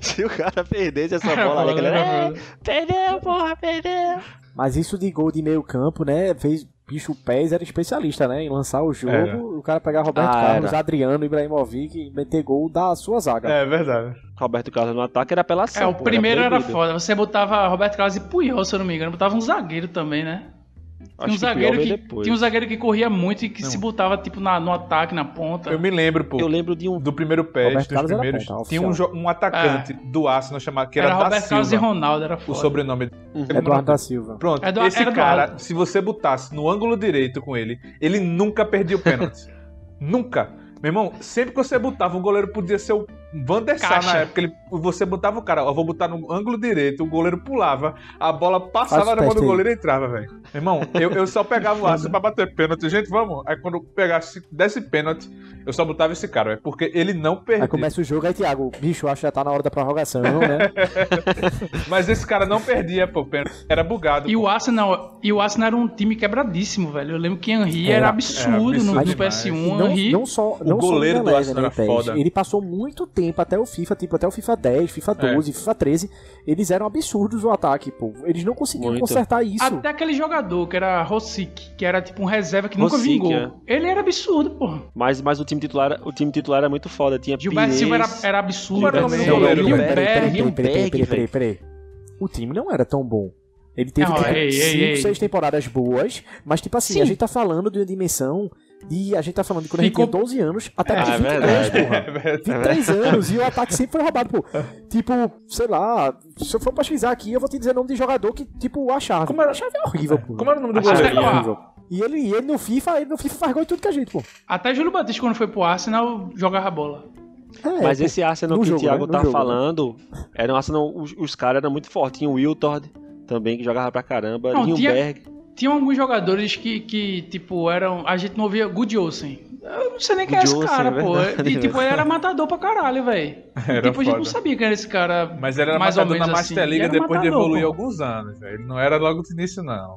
Se o cara perdesse essa bola aí, a galera. né? "É, Perdeu, porra, perdeu. Mas isso de gol de meio campo, né? Fez. Bicho Pés era especialista, né? Em lançar o jogo, Era. o cara pegar Roberto Ah, Carlos, era. Adriano, Ibrahimovic e meter gol da sua zaga. É verdade. Roberto Carlos no ataque era apelação. É, o pô, primeiro era, proibido. foda. Você botava Roberto Carlos e Puyol, se eu não me engano. Botava um zagueiro também, né? Tinha Acho um, que Puyol zagueiro veio que, depois. tinha um zagueiro que corria muito e que Não. se botava, tipo, na- no ataque, na Tá. ponta. Eu me lembro, pô. Eu lembro de um. do primeiro pé, dos Roberto Carlos era tá, primeiros, ponta, tinha um, jo- um atacante do Arsenal chamado que era, É. Era da Roberto Carlos e Silva, Ronaldo, era o foda. sobrenome. É. Uhum. Eduardo da Silva. Pronto, É do- esse era do cara, Arsenal. se você botasse no ângulo direito com ele, ele nunca perdia o pênalti. nunca. Meu irmão, sempre que você botava, o goleiro podia ser o Van der Sar Caixa. na época. Ele, você botava o cara, ó, vou botar no ângulo direito, o goleiro pulava, a bola Faz passava o na mão do teste aí. goleiro e entrava, velho. Meu Irmão, eu, eu só pegava o Arsenal pra bater pênalti. Gente, vamos. Aí quando eu pegasse, desse pênalti, eu só botava esse cara, velho. Porque ele não perdia. Aí começa o jogo, aí Thiago, bicho, acho que já tá na hora da prorrogação, né? Mas esse cara não perdia, pô, pênalti. Era bugado. E pô. o Arsenal, e o Arsenal era um time quebradíssimo, velho. Eu lembro que Henry era, Era, absurdo, era absurdo no, no demais. PS1. E não, Henry, não só não Um goleiro só do Eleven, Arsenal era Pés? foda. Ele passou muito tempo até o FIFA, tipo, até o FIFA 10, FIFA É. 12, FIFA 13. Eles eram absurdos no ataque, pô. Eles não conseguiam Muito. consertar isso. até aquele jogador que era Rossic, que era tipo um reserva que nunca Rosic, vingou. é. Ele era absurdo, porra. Mas, mas o time titular, o time titular era muito foda. Tinha Gilberto Pires, Silva era, era absurdo Gilberto também. Silva era Gilberto, Gilberto, Gilberto, Gilberto, peraí, peraí, Gilberto, peraí, peraí. O time não era tão bom. Ele teve Não, tipo, ei, ei, cinco, ei. seis temporadas boas, mas tipo assim, Sim. a gente tá falando de uma dimensão E a gente tá falando de quando a gente Ficou- tinha 12 anos até É, que é 23, verdade. porra. É. 23 anos e o ataque sempre foi roubado, pô. Tipo, sei lá, se eu for pesquisar aqui, eu vou te dizer nome de jogador que, tipo, a chave. Como era- A chave é horrível, pô. Como era o nome do A Acho goleiro? que é horrível. E ele, e ele no FIFA, ele no FIFA faz gol em tudo que a gente, pô. É, Até Júlio Batista, quando foi pro Arsenal, jogava bola. É, Mas pô. esse Arsenal No que jogo, o Thiago né? No tá jogo, né? falando, era um Arsenal, os, os caras eram muito fortes. Tinha o Wiltord também, que jogava pra caramba. Não, tinha- Lindbergh. Tinha alguns jogadores que, que tipo, eram. A gente não ouvia Good Olsen. Eu não sei nem quem é Good esse Olsen, cara, é pô. verdade, E, tipo, velho. ele era matador pra caralho, velho. Era Tipo, a gente não foda. sabia quem era esse cara. Mas ele era mais matador ou na menos assim. Master League Ele era depois de matador, evoluir pô. alguns anos. velho. Ele não era logo do início, não.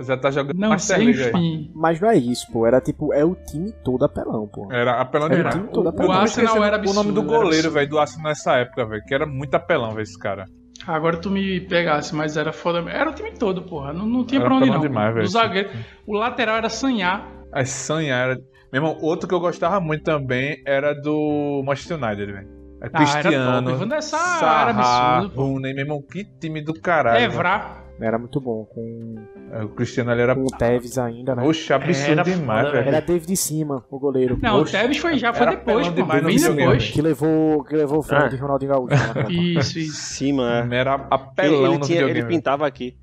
Já tá jogando Não Master sei, League aí. enfim. Mas não é isso, pô. Era tipo, é o time todo apelão, pô. Era apelão Era demais. o time todo Eu tô apelão. O Arsenal esquecendo era O nome absurdo, do era goleiro, absurdo. velho, do Arsenal nessa época, velho, que era muito apelão, velho, esse cara. Agora tu me pegasse, mas era foda. Era o time todo, porra. Não, não tinha Era pra onde apelão não. demais, velho. o zagueiro. O lateral era Sanhar. A Sanha era. Meu irmão, outro que eu gostava muito também era do Manchester United, velho. É Ah, era Cristiano. top. Van der Sar era Sarra, absurdo, pô. É Rooney, meu irmão, que time do caralho. Evra. Era muito bom. Com, velho. O Cristiano ali era. com o Tevez ainda, né? Oxe, absurdo Era demais, foda, velho. Era David de cima, o goleiro. pô. Não, Oxe, o Tevez foi já, foi era depois, apelão pô. demais no Bem videogame, depois. Que levou, que levou o frango Ah. de Ronaldinho Gaúcho. né, na Copa. Isso, isso. Cima. Era Ele, apelão É. ele, no tinha, ele né? videogame. pintava aqui.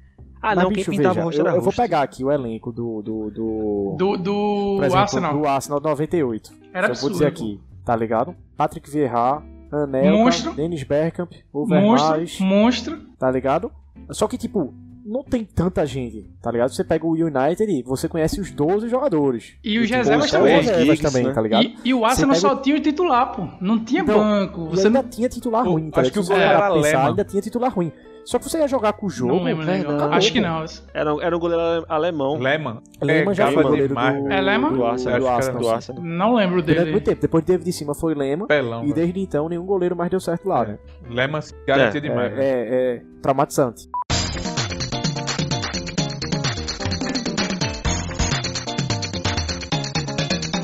Ah, Mas, não, bicho, quem pintava veja, o rosto eu, era eu vou rosto. pegar aqui o elenco do. do, do, Do, do por exemplo, Arsenal. do Arsenal 98. Era eu vou absurdo. dizer aqui, tá ligado? Patrick Vieira, Anelka, Monstro. Dennis Bergkamp, Overmars, Monstro, Hum. monstro. tá ligado? Só que, tipo, não tem tanta gente, tá ligado? Você pega o United e você conhece os 12 jogadores. E os tipo, reservas os também. reservas Giggs, também, né? tá ligado? E... E, e o Arsenal Você pega- só tinha o titular, pô. Não tinha Então, banco. Você ainda não. tinha titular Eu ruim, tá acho ligado? que o Se você parar goleiro pra era Lema. ainda tinha titular ruim. Só que você ia jogar com o jogo. Não lembro, né? Verdade. Acho que não. Era, um- era um goleiro ale- alemão Lehmann. Lema já foi Pegava goleiro demais, do, velho. É Lema? do, do Arsenal. acho que era Arsenal, Do um sim. Arsenal. Não lembro Durante é muito dele. tempo. Depois de David de cima foi Lema. Apelão, E velho. desde então nenhum goleiro mais deu certo lá, né? Lehmann se garantia É, demais. velho. É, é traumatizante.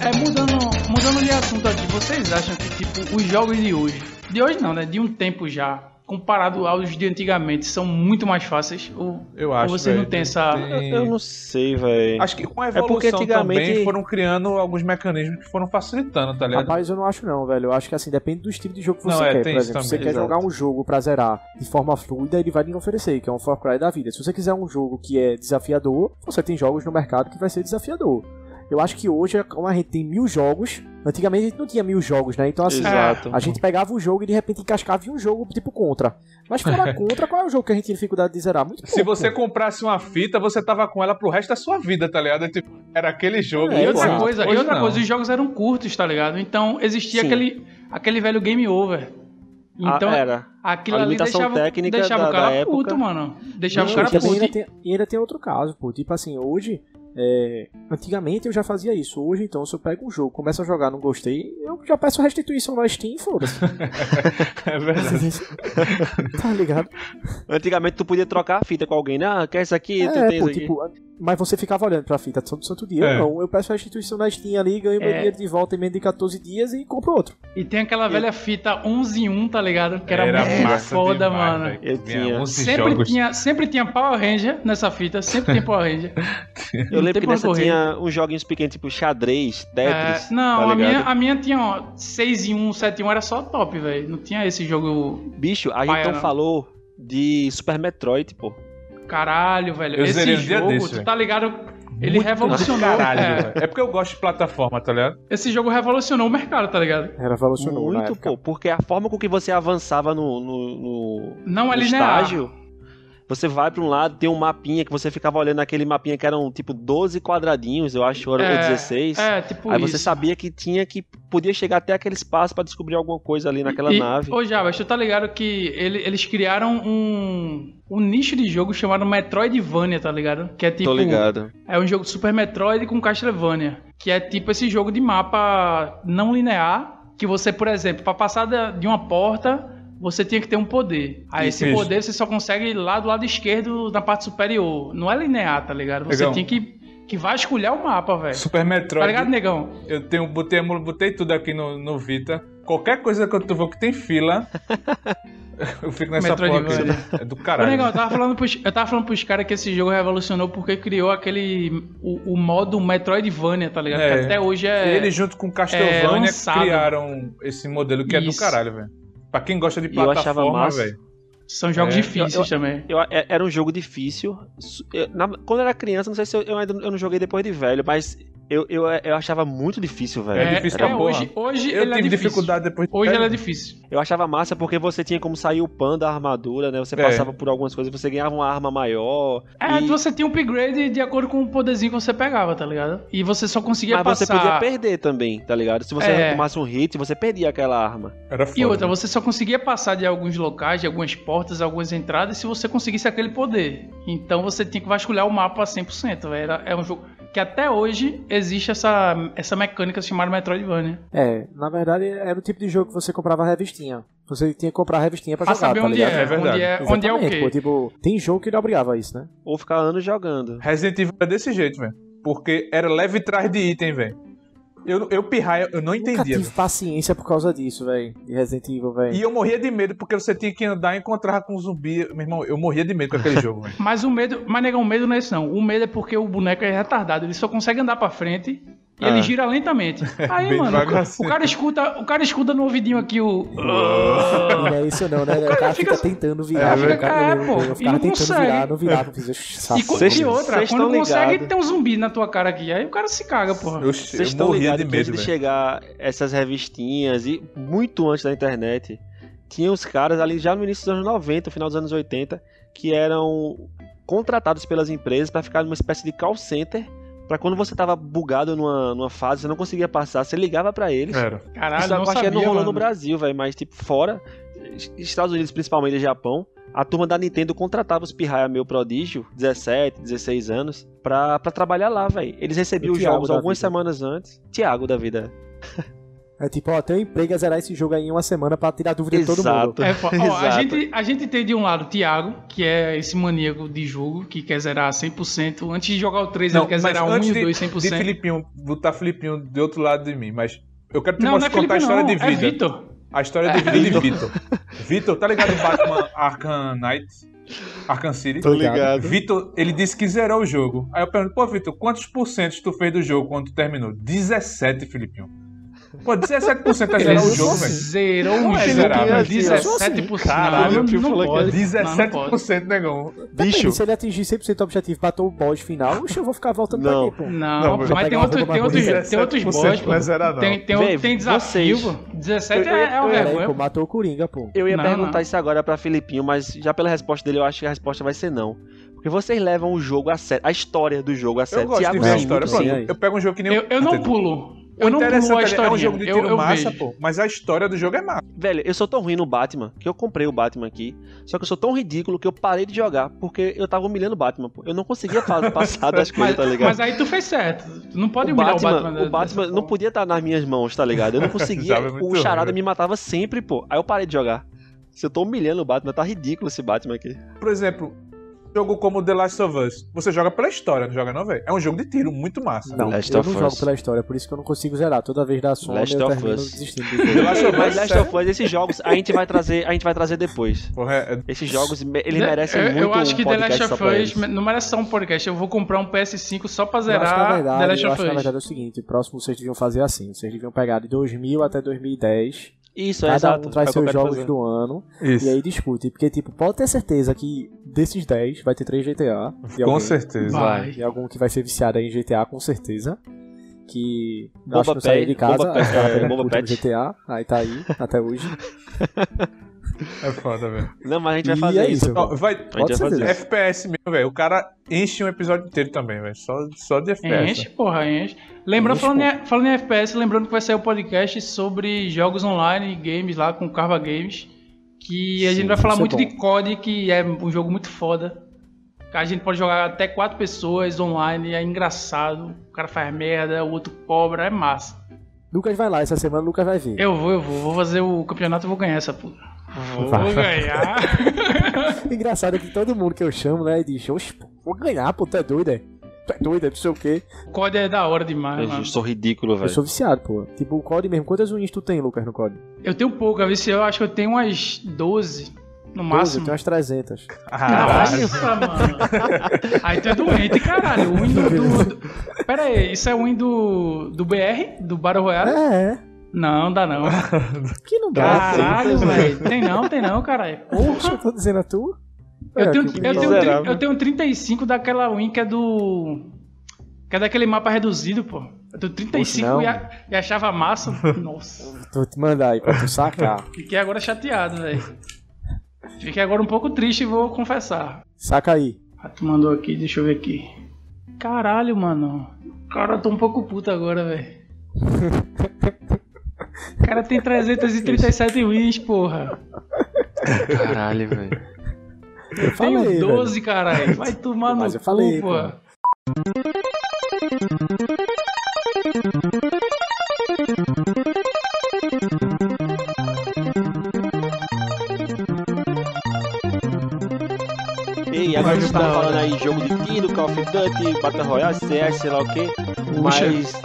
É, mudando, mudando de assunto aqui, vocês acham que, tipo, os jogos de hoje, de hoje não, né? De um tempo já, comparado aos de antigamente, são muito mais fáceis? Ou, Eu ou acho. é. vocês não velho. têm essa. Eu, eu não sei, Ah, velho. Acho que com a porque evolução antigamente- também foram criando alguns mecanismos que foram facilitando, tá ligado? Rapaz, eu não acho não, velho. Eu acho que assim, depende do estilo de jogo que Não, você é, quer. tem Por isso exemplo, se você também, quer exato. jogar um jogo pra zerar de forma fluida, ele vai lhe oferecer, que é um Far Cry da vida. Se você quiser um jogo que é desafiador, você tem jogos no mercado que vai ser desafiador. Eu acho que hoje, como a gente tem mil jogos, antigamente a gente não tinha mil jogos, né? Então assim, Exato. a gente pegava o jogo e de repente encascava em um jogo tipo contra. Mas fora contra, qual é o jogo que a gente tinha dificuldade de zerar? Muito Se pouco, você comprasse uma fita, você tava com ela pro resto da sua vida, tá ligado? Tipo, era aquele jogo. É, e outra exato. coisa, e Hoje outra não. coisa, os jogos eram curtos, tá ligado? Então existia Sim. aquele, aquele velho game over. Ah, Então era. aquilo a ali limitação deixava, técnica deixava da- o cara da puto, época. mano. Deixava Não, o cara e também puto. ainda tem, e ainda tem outro caso, pô. Tipo assim, hoje. é, antigamente eu já fazia isso. Hoje, então, se eu pego um jogo, começo a jogar, não gostei, eu já peço restituição na Steam, foda-se. É verdade. tá ligado? Antigamente tu podia trocar a fita com alguém, né? Ah, quer isso aqui? tu É, tens pô, aqui. tipo, mas você ficava olhando pra fita todo santo dia. É. Não, eu peço a restituição na Steam ali, ganho meu É. dinheiro de volta em menos de 14 dias e compro outro. E tem aquela velha fita 11 em 1, tá ligado? Que era, muito massa foda, demais, mano. velho. Eu Vinha tinha. 11 Sempre jogos. tinha, sempre tinha Power Ranger nessa fita, sempre tem Power Ranger. Eu Não tem lembro que pra nessa correr. tinha uns joguinhos pequenos, tipo xadrez, Tetris. É, não, tá a, minha, ligado? a minha tinha ó, um, 6 em 1, 7 em 1, era só top, velho. Não tinha esse jogo Bicho, a gente Paia, não não. falou de Super Metroid, pô. caralho, velho. Eu esse zerei um dia jogo, desse, tu velho. tá ligado? Ele Muito revolucionou. do Caralho, é, velho. é porque eu gosto de plataforma, tá ligado? esse jogo revolucionou o mercado, tá ligado? Era revolucionou na Muito, época. pô. Porque a forma com que você avançava no, no, no- Não é no linear. estágio. Você vai pra um lado, tem um mapinha que você ficava olhando aquele mapinha que eram tipo 12 quadradinhos, eu acho, ou É, 16. É, tipo Aí isso. você sabia que tinha que. Podia chegar até aquele espaço pra descobrir alguma coisa ali naquela e, nave. Ô, Java, tu tá ligado que ele- eles criaram um, um nicho de jogo chamado Metroidvania, tá ligado? Que é tipo. Tô ligado. É um jogo de Super Metroid com Castlevania. Que é tipo esse jogo de mapa não linear. Que você, por exemplo, pra passar da- de uma porta, você tinha que ter um poder. Aí Isso, esse isso. poder você só consegue lá do lado esquerdo, na parte superior. Não é linear, tá ligado? Você Negão. tinha que, que vasculhar o mapa, velho. Super Tá Metroid. ligado, negão? eu tenho, botei, botei tudo aqui no, no Vita. Qualquer coisa que eu tu vou que tem fila, Eu fico nessa porra Metroidvania. aqui. É do Ô, caralho. Negão, eu tava falando pros, eu tava falando pros caras que esse jogo revolucionou porque criou aquele. O, o modo Metroidvania, tá ligado? É. Que até hoje é. Eles junto com Castlevania lançado. criaram esse modelo que é do Isso. caralho, velho. Pra quem gosta de E eu achava plataforma, massa. velho. São jogos É. difíceis Eu- eu- também. Eu- é- era um jogo difícil. Su- eu- na- quando eu era criança, não sei se eu, eu ainda eu não joguei depois de velho, mas eu, eu, eu achava muito difícil, velho. É difícil pra Era- porra. hoje, hoje Eu ele é tive difícil. dificuldade depois de Hoje velho. ele é difícil. Eu achava massa porque você tinha como sair upando a armadura, né? Você É. passava por algumas coisas, você ganhava uma arma maior. É, e- você tinha um upgrade de acordo com o poderzinho que você pegava, tá ligado? E você só conseguia Mas passar. você podia perder também, tá ligado? Se você É. tomasse um hit, você perdia aquela arma. Era foda. E outra, velho. você só conseguia passar de alguns locais, de algumas portas, algumas entradas, se você conseguisse aquele poder. Então você tinha que vasculhar o mapa a 100%. velho. Era, é um jogo que até hoje existe essa, essa mecânica chamada Metroidvania. É, na verdade era o tipo de jogo que você comprava a revistinha. Você tinha que comprar a revistinha pra Pra jogar, saber tá onde, ligado? é, É verdade. onde é, onde é o Exatamente, pô, quê. tipo, tem jogo que lhe obrigava a isso, né? Ou ficar anos jogando. Resident Evil era desse jeito, velho. Porque era leve trás de item, velho. Eu, eu pirraia, eu não Nunca entendia. tive paciência por causa disso, velho. De Resident Evil, velho. E eu morria de medo porque você tinha que andar e encontrar com um zumbi. Meu irmão, eu morria de medo com aquele jogo, velho. Mas o medo, mas negão, o medo não é esse não. O medo é porque o boneco é retardado, ele só consegue andar pra frente e Ah. ele gira lentamente. Aí, Bem mano, o ca- devagarzinho. o cara escuta, o cara escuta no ouvidinho aqui o Não é isso não, né? O cara fica, fica- tentando É, virar. né? fica- O cara, é, pô, Eu e ficava não tentando consegue. virar, não virava. Eu Fiz, e, co- e Vocês- outra, vocês quando tão consegue ligado. tem um zumbi na tua cara aqui. Aí o cara se caga, porra. Eu, Vocês eu estão morria ligados de que antes medo, de velho. chegar essas revistinhas e muito antes da internet, tinha os caras ali já no início dos anos 90, no final dos anos 80, que eram contratados pelas empresas pra ficar numa espécie de call center, Pra quando você tava bugado numa, numa fase, você não conseguia passar, você ligava pra eles. Era. Caralho, Isso eu Ah, não acho que sabia, não rolou no mano. Brasil, velho, mas tipo fora, es- Estados Unidos principalmente e Japão, a turma da Nintendo contratava os pirraia meu prodígio, 17, 16 anos, pra, pra trabalhar lá, velho. Eles recebiam O os Thiago jogos da algumas vida. semanas antes. Tiago da vida. É tipo, ó, teu emprego é zerar esse jogo aí em uma semana pra tirar dúvida de todo mundo. Exato. É, pô, ó, a, Exato. gente, a gente tem de um lado o Thiago, que é esse maníaco de jogo, que quer zerar 100%. Antes de jogar o 3, ele quer mas zerar o 1 antes e o de- 2 De 100%. Filipinho, botar Filipinho do outro lado de mim, mas eu quero te não, não é mostrar, Felipe, contar a história não. de É vida. Vitor. É A história de vida de Vitor. Vitor, tá ligado em Batman Arkham Knight? Arkham City? Tô ligado. Vitor, ele disse que zerou o jogo. Aí eu pergunto, pô, Vitor, quantos por cento tu fez do jogo quando tu terminou? 17, Filipinho. Pô, 17% é Ele zerar o sou jogo, assim. velho. zerou um Não é jogo zerado, com é 17%. não, Caralho, não, o pode. Não, não pode. 17%, negão. Depende, Se ele atingir 100% do objetivo, bateu o boss final, oxe, eu vou ficar voltando Não. pra aqui, pô. Não, Não, mas vai tem, pegar outro, uma tem, outros- roupa tem outros boys, não é pô. zero, não. Tem, tem, tem, Véi, desafio, vocês- pô. 17 é, é o Peraí, vergonha. pô, matou o Coringa, pô. Eu ia Não, perguntar não. isso agora pra Filipinho, mas já pela resposta dele, eu acho que a resposta vai ser não. Porque vocês levam o jogo a sério, a história do jogo a Eu sério. gosto de Thiago, ver a sim, história. muito Pronto, sim. sim. eu pego um jogo que nem Eu, eu não pulo. Eu não pulo a é história. um jogo de tiro eu, eu massa, vejo. pô. Mas a história do jogo é massa. Velho, eu sou tão ruim no Batman que eu comprei o Batman aqui. Só que eu sou tão ridículo que eu parei de jogar porque eu tava humilhando o Batman, pô. Eu não conseguia fa- passar das coisas, Mas, tá ligado? mas aí tu fez certo. Tu não pode o humilhar Batman, o Batman. né? o Batman não podia estar nas minhas mãos, tá ligado? Eu não conseguia. Tava muito o charada ruim, me matava sempre, pô. Aí eu parei de jogar. Se eu tô humilhando o Batman, tá ridículo esse Batman aqui. Por exemplo, jogo como The Last of Us. Você joga pela história, não joga não, velho? É um jogo de tiro muito massa. Não, Last eu of não Us. jogo pela história, por isso que eu não consigo zerar. Toda vez da sombra Last eu of termino Us. desistindo do jogo. The Last of Mas Us, Last of Us, esses jogos, a gente vai trazer, a gente vai trazer depois. Porra, é- Esses jogos, me- eles Né? merecem eu, muito Eu acho um que The podcast Last só of pra Us eles. não merece só um podcast. Eu vou comprar um PS5 só pra Eu acho que, na zerar The verdade, Last eu acho of que na Us. verdade é o seguinte, o próximo vocês deviam fazer assim, vocês deviam pegar de 2000 até 2010, Isso, é cada exato. um traz É o que eu seus quero jogos fazer. do ano, Isso. e aí discute, porque tipo, pode ter certeza que desses 10 vai ter 3 GTA, de Com alguém, certeza. Vai. e algum que vai ser viciado aí em GTA com certeza, que Bomba acho que não saiu de Pet, casa, Bomba acho que ela Pet, pegou Bomba o último Pet. GTA, aí tá aí, até hoje, É foda, velho. Não, mas a gente vai E fazer é isso. isso. Ó, Vai. A gente Pode vai fazer. ser. FPS mesmo, velho. O cara enche um episódio inteiro também, velho. Só, só de FPS. Enche, porra, enche. Lembrando, Enche, falando, em, falando em FPS, lembrando que vai sair o podcast sobre jogos online, games lá com o Carva Games. Que a Sim, gente vai falar isso é muito bom. de COD, que é um jogo muito foda. Que A gente pode jogar até quatro pessoas online, é engraçado. O cara faz merda, o outro cobra, é massa. Lucas vai lá, essa semana o Lucas vai vir. Eu vou, eu vou, vou fazer o campeonato e vou ganhar essa puta. Vou ganhar. Engraçado é que todo mundo que eu chamo, né, diz, oxe, pô, vou ganhar, pô, tu é doido, é? Tu é doido, é não sei o quê. O COD é da hora demais, Eu mano. sou ridículo, Eu velho. sou viciado, pô. Tipo, o COD mesmo, quantas unhas tu tem, Lucas, no COD? Eu tenho pouca, vê se eu acho que eu tenho umas 12. No 12, máximo. tem umas 300. Caralho, mano. Aí tu é doente, caralho. O Win do, do. Pera aí, isso é o Win do, do BR? Do Battle Royale? É, é. Não, dá não. Que não dá. Caralho, velho. Tem não, tem não, caralho. Poxa, eu tô dizendo a tua. Eu É, tenho, que eu, tenho, misérável. miserável. tri- eu tenho 35 daquela win que é do. Que é daquele mapa reduzido, pô. Eu tenho 35 Poxa, não. e, a- e achava massa. Nossa. Vou te mandar aí pra tu sacar. Fiquei agora chateado, velho. Fiquei agora um pouco triste e vou confessar. Saca aí. Ah, tu mandou aqui, deixa eu ver aqui. Caralho, mano. Cara, eu tô um pouco puto agora, velho. O cara tem 337 wins, porra. Caralho, velho. Eu Tenho falei, 12, caralho. Vai tomar no Mas eu falei, cu, porra. Ei, agora a gente tava né? falando aí jogo de tiro, Call of Duty, Battle Royale, CS, sei lá o quê. Puxa. Mas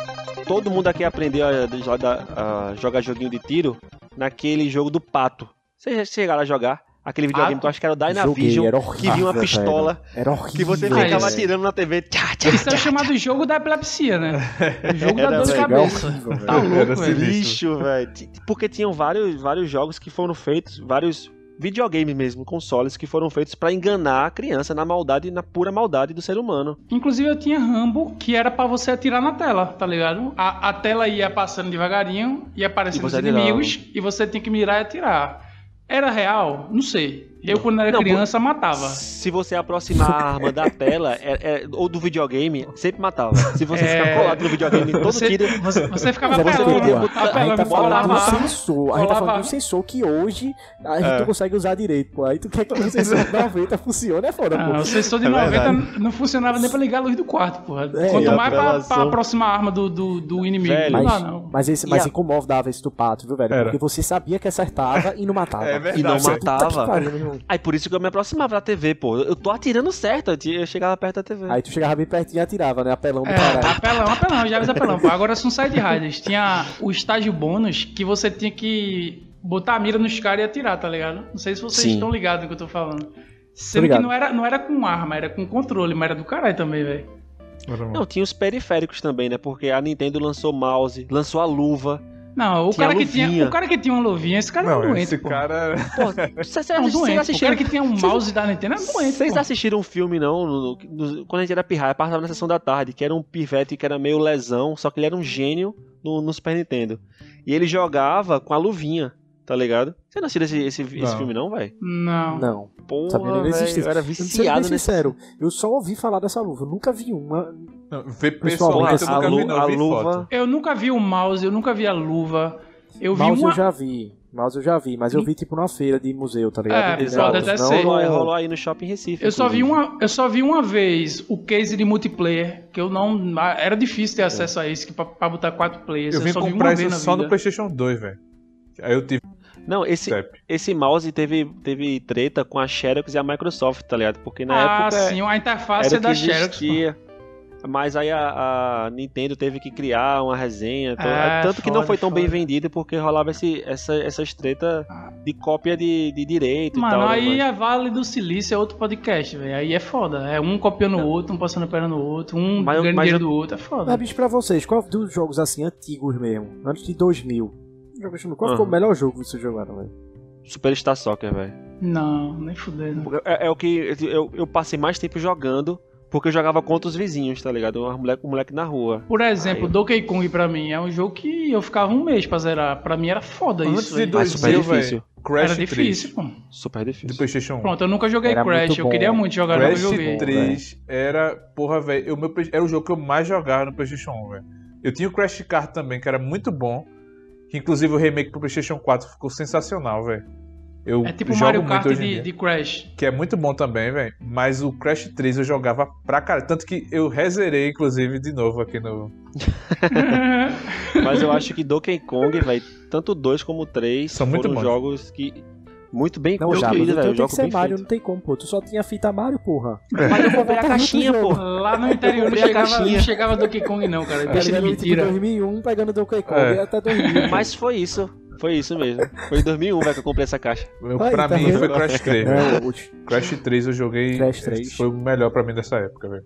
todo mundo aqui aprendeu a, jo- da- a jogar joguinho de tiro naquele jogo do pato. Vocês já chegaram a jogar aquele videogame Pato? que eu acho que era o Ah, Joguei, Dynavision, era horrível, que vinha uma velho. pistola, Era horrível. que você Mas- ficava velho. atirando na TV. Tchá, tchá, Isso é o tchá, chamado jogo da epilepsia, né? O jogo da Era, assim, dor de velho, cabeça. é horrível, velho. Tá louco, Era velho. sinistro. lixo, velho. Ti- Porque tinham vários, vários jogos que foram feitos, vários videogames mesmo, consoles que foram feitos pra enganar a criança na maldade, na pura maldade do ser humano. Inclusive eu tinha Rambo, que era pra você atirar na tela, tá ligado? A, a tela ia passando devagarinho, ia aparecendo E os você atirava. inimigos, e você tinha que mirar e atirar. Era real? Não sei. Eu, quando era Não, criança, matava. Se você aproximar a arma da tela é- é- ou do videogame, sempre matava. Se você É. ficar colado no videogame, todo Você, tiro. você, você ficava Mas é você apelando, podia podia botar- A gente apelando, tá falando colava de um a arma. sensor. A gente tá colava- falando de um sensor que hoje a gente não consegue usar direito, pô. Aí tu quer que o sensor de 90 funcione, é foda, Ah, pô. o sensor de É 90 verdade. não funcionava nem pra ligar a luz do quarto, porra. É, Quanto e mais pra, pra apelação. aproximar a arma do, do, do inimigo. Velho, não dá, Mas, não. mas esse, E mas é a- incomodava esse do pato, viu, velho? Era. Porque você sabia que acertava e não matava. É E verdade. não Você- Puta que matava. pariu, meu irmão. Aí por isso que eu me aproximava da TV, pô. Eu tô atirando certo, eu ti- eu chegava perto da TV. Aí tu chegava bem pertinho e atirava, né? Apelão do É, caralho. apelão, apelão, já avisa apelão. Pô. Agora são side riders. Tinha o estágio bônus que você tinha que botar a mira nos caras e atirar, tá ligado? Não sei se vocês Sim. estão ligados no que eu tô falando. Sendo ligado. que não era, não era com arma, era com controle, mas era do caralho também, velho. Não, tinha os periféricos também, né? Porque a Nintendo lançou mouse, lançou a luva. Não, o Tinha cara, que luvinha. tinha, o cara que tinha uma luvinha, esse cara é um Não, doente, esse pô. cara. Pô, vocês É um doente. vocês pô. O cara assistiram que tinha um vocês- mouse da Nintendo é um doente, Vocês pô. assistiram um filme, não? no- no- no- quando a gente era pirraia, passava na sessão da tarde, que era um pivete que era meio lesão, só que ele era um gênio no, no Super Nintendo. E ele jogava com a luvinha, tá ligado? Você não assistiu esse, esse, esse Não. filme, não, velho? Não. Não, sabia Porra, nem da velho, eu existência. era Eu sendo viciado bem nesse. sincero, eu só ouvi falar dessa luva, eu nunca vi uma. Não, vê Porra, pessoalmente eu a, nunca vi, lu- não. a Eu vi foto. luva. Eu nunca vi o mouse, eu nunca vi a luva. Eu vi Mouse uma. eu já vi, mouse eu já vi, mas eu vi tipo numa feira de museu, tá ligado? É, Exato. pode até não, ser. não- é Rolou, rolou aí no shopping Recife. Eu só, vi inclusive. uma, eu só vi uma vez o case de multiplayer, que eu não. ah, Era difícil ter acesso a isso, que pra, pra botar quatro players. Eu vim só vi uma comprar vez isso na só vida. no PlayStation 2, velho. Aí eu tive Não, esse, step. esse mouse teve, teve treta com a Xerox e a Microsoft, tá ligado? Porque na ah, época. sim, a interface era é da que Xerox. pô. existia. Mas aí a, a Nintendo teve que criar uma resenha. to- Ah, tanto que não foda, foi tão bem foda. vendida porque rolava esse, essa, essas tretas Ah. de cópia de, de direito e Mano, tal. né, aí mano? a Vale do Silício é outro podcast, velho. Aí é foda. É um copiando o outro, um passando a perna no outro, um Mas eu- ganhando mas dinheiro eu- do outro. É foda. Mas, bicho, pra vocês, qual dos jogos assim antigos mesmo? Antes de 2000? Jogos de- Qual Aham. foi Ah. o melhor jogo que vocês jogaram, velho? Superstar Soccer, velho. Não, nem fudendo. Porque É, é o que eu, eu passei mais tempo jogando porque eu jogava contra os vizinhos, tá ligado? Um moleque, um moleque na rua. Por exemplo, Aí. Donkey Kong pra mim é um jogo que eu ficava um mês pra zerar. Pra mim era foda Antes isso. de velho. Mas Dois super mil, difícil. Crash Era 3 difícil, pô. Super do difícil. PlayStation 1. Pronto, eu nunca joguei Era Crash. muito Eu bom. queria muito jogar, mas Crash não joguei. 3 era, porra, velho, o meu play- era o jogo que eu mais jogava no PlayStation 1, velho. Eu tinha o Crash Car também, que era muito bom, que inclusive o remake pro PlayStation 4 ficou sensacional, velho. Eu É tipo jogo Mario muito Kart hoje em de, dia. de Crash. Que é muito bom também, velho. Mas o Crash 3 eu jogava pra caralho. Tanto que eu rezerei, inclusive, de novo aqui no. Mas eu acho que Donkey Kong, velho, tanto dois como três São muito foram bons. jogos que. Muito bem Não, já, mas construídos, então velho. tem Jogo que bem ser Mario, feito. não tem como, pô. Tu só tinha fita Mario, porra. Mas eu comprei a Tá junto caixinha, junto. porra. Lá no interior não comprei a chegava, não caixinha. chegava Donkey Kong, não, cara. Deixa de Pegando, Tá tipo, mentira. 2001, pegando Donkey Kong É. até 2000. Mas foi isso. Foi isso mesmo. Foi em 2001 vai, que eu comprei essa caixa. Eu- Aí, pra tá mim vendo? foi Crash 3. velho. É, o- o- Crash 3 eu joguei. Crash 3. Foi o melhor pra mim dessa época, velho.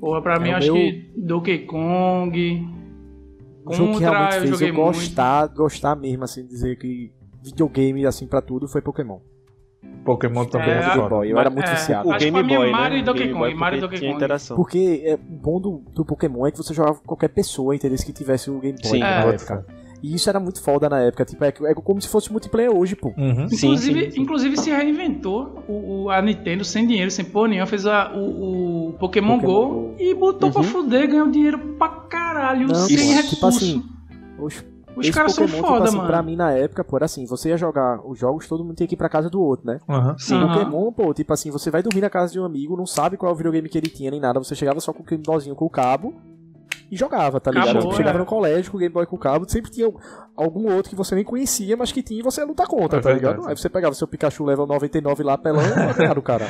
Porra, pra mim o eu acho meu- que Donkey Kong. o jogo que realmente Contra, eu fez joguei eu muito. gostar, gostar mesmo, assim, dizer que videogame, assim, pra tudo, foi Pokémon. Pokémon também É, é, a- foda. Game Boy, eu era muito é, viciado. O Acho que Game pra mim é Boy, Mario né? e Donkey Game Kong, Boy, Mario e porque Donkey tinha Kong. interação. Porque é, o bom do, do Pokémon é que você jogava com qualquer pessoa, entendesse que tivesse o Game Boy Sim. na É. época. E isso era muito foda na época, tipo, é, é como se fosse multiplayer hoje, pô. Uhum. Sim, Inclusive, sim, sim. inclusive se reinventou o, o- a Nintendo sem dinheiro, sem porra nenhuma, fez a- o, o Pokémon, Pokémon Go, Go. e botou pra Uhum. fuder, fuder, ganhou dinheiro pra caralho, Não, sem pô, recurso. tipo assim, Os Os Esse caras são Pokémon, tipo foda, assim, mano. Pra mim, na época, pô, era assim, você ia jogar os jogos, todo mundo tinha que ir pra casa do outro, né? Uhum. Sim. Aham. Pokémon, pô, tipo assim, você vai dormir na casa de um amigo, não sabe qual é o videogame que ele tinha nem nada, você chegava só com o Game Boyzinho com o cabo e jogava, tá ligado? Acabou, Tipo, chegava é. no colégio com o Game Boy com o cabo, sempre tinha algum outro que você nem conhecia, mas que tinha e você ia lutar contra, É tá verdade. ligado? Aí você pegava seu Pikachu level 99 lá pelando e matava o cara.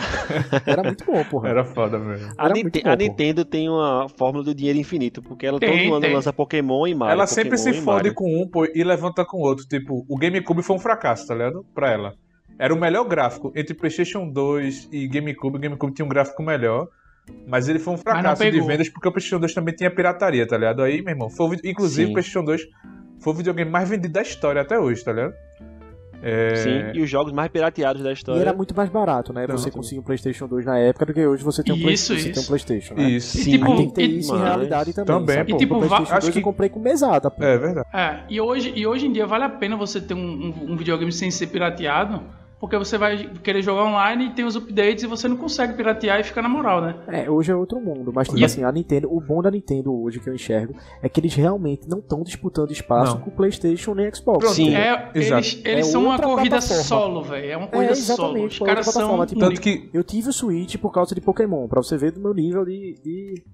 Era muito bom, porra. Era foda mesmo. A, Era Nite- muito a bom, pô. Nintendo tem uma fórmula do dinheiro infinito, porque ela Tem, todo ano tem. lança Pokémon e Mario. ela sempre Pokémon se e fode Mario. com um pô, e levanta com o outro. Tipo, o GameCube foi um fracasso, tá ligado? Pra ela. Era o melhor gráfico. Entre PlayStation 2 e GameCube, o GameCube tinha um gráfico melhor. Mas ele foi um fracasso de pegou. vendas porque o PlayStation 2 também tinha pirataria, tá ligado? Aí, meu irmão, foi o vi- inclusive Sim. o PlayStation 2 foi o videogame mais vendido da história até hoje, tá ligado? É... Sim, e os jogos mais pirateados da E história. era muito mais barato, né? Não, você sim. conseguir um PlayStation 2 na época do que hoje você tem um, Play- Isso, você tem um isso. PlayStation, né? Isso. É. Sim, E, tipo, Mas tem que ter e- isso em Mas- realidade também. Também, sabe? pô. E, O tipo, va- PlayStation acho 2 que- eu comprei com mesada, pô. É verdade. É, e hoje, e hoje em dia vale a pena você ter um, um- um videogame sem ser pirateado, porque você vai querer jogar online e tem os updates e você não consegue piratear e fica na moral, né? É, hoje é outro mundo, mas tipo E- assim, a Nintendo, o bom da Nintendo hoje que eu enxergo é que eles realmente não estão disputando espaço Não. com o PlayStation nem Xbox. Pronto. Sim. É, exato. eles eles É são uma outra corrida plataforma. solo, velho. É uma corrida solo. exatamente, Os pô, outra caras são. plataforma, tipo, únicos. Tanto que Eu tive o Switch por causa de Pokémon, pra você ver do meu nível de, de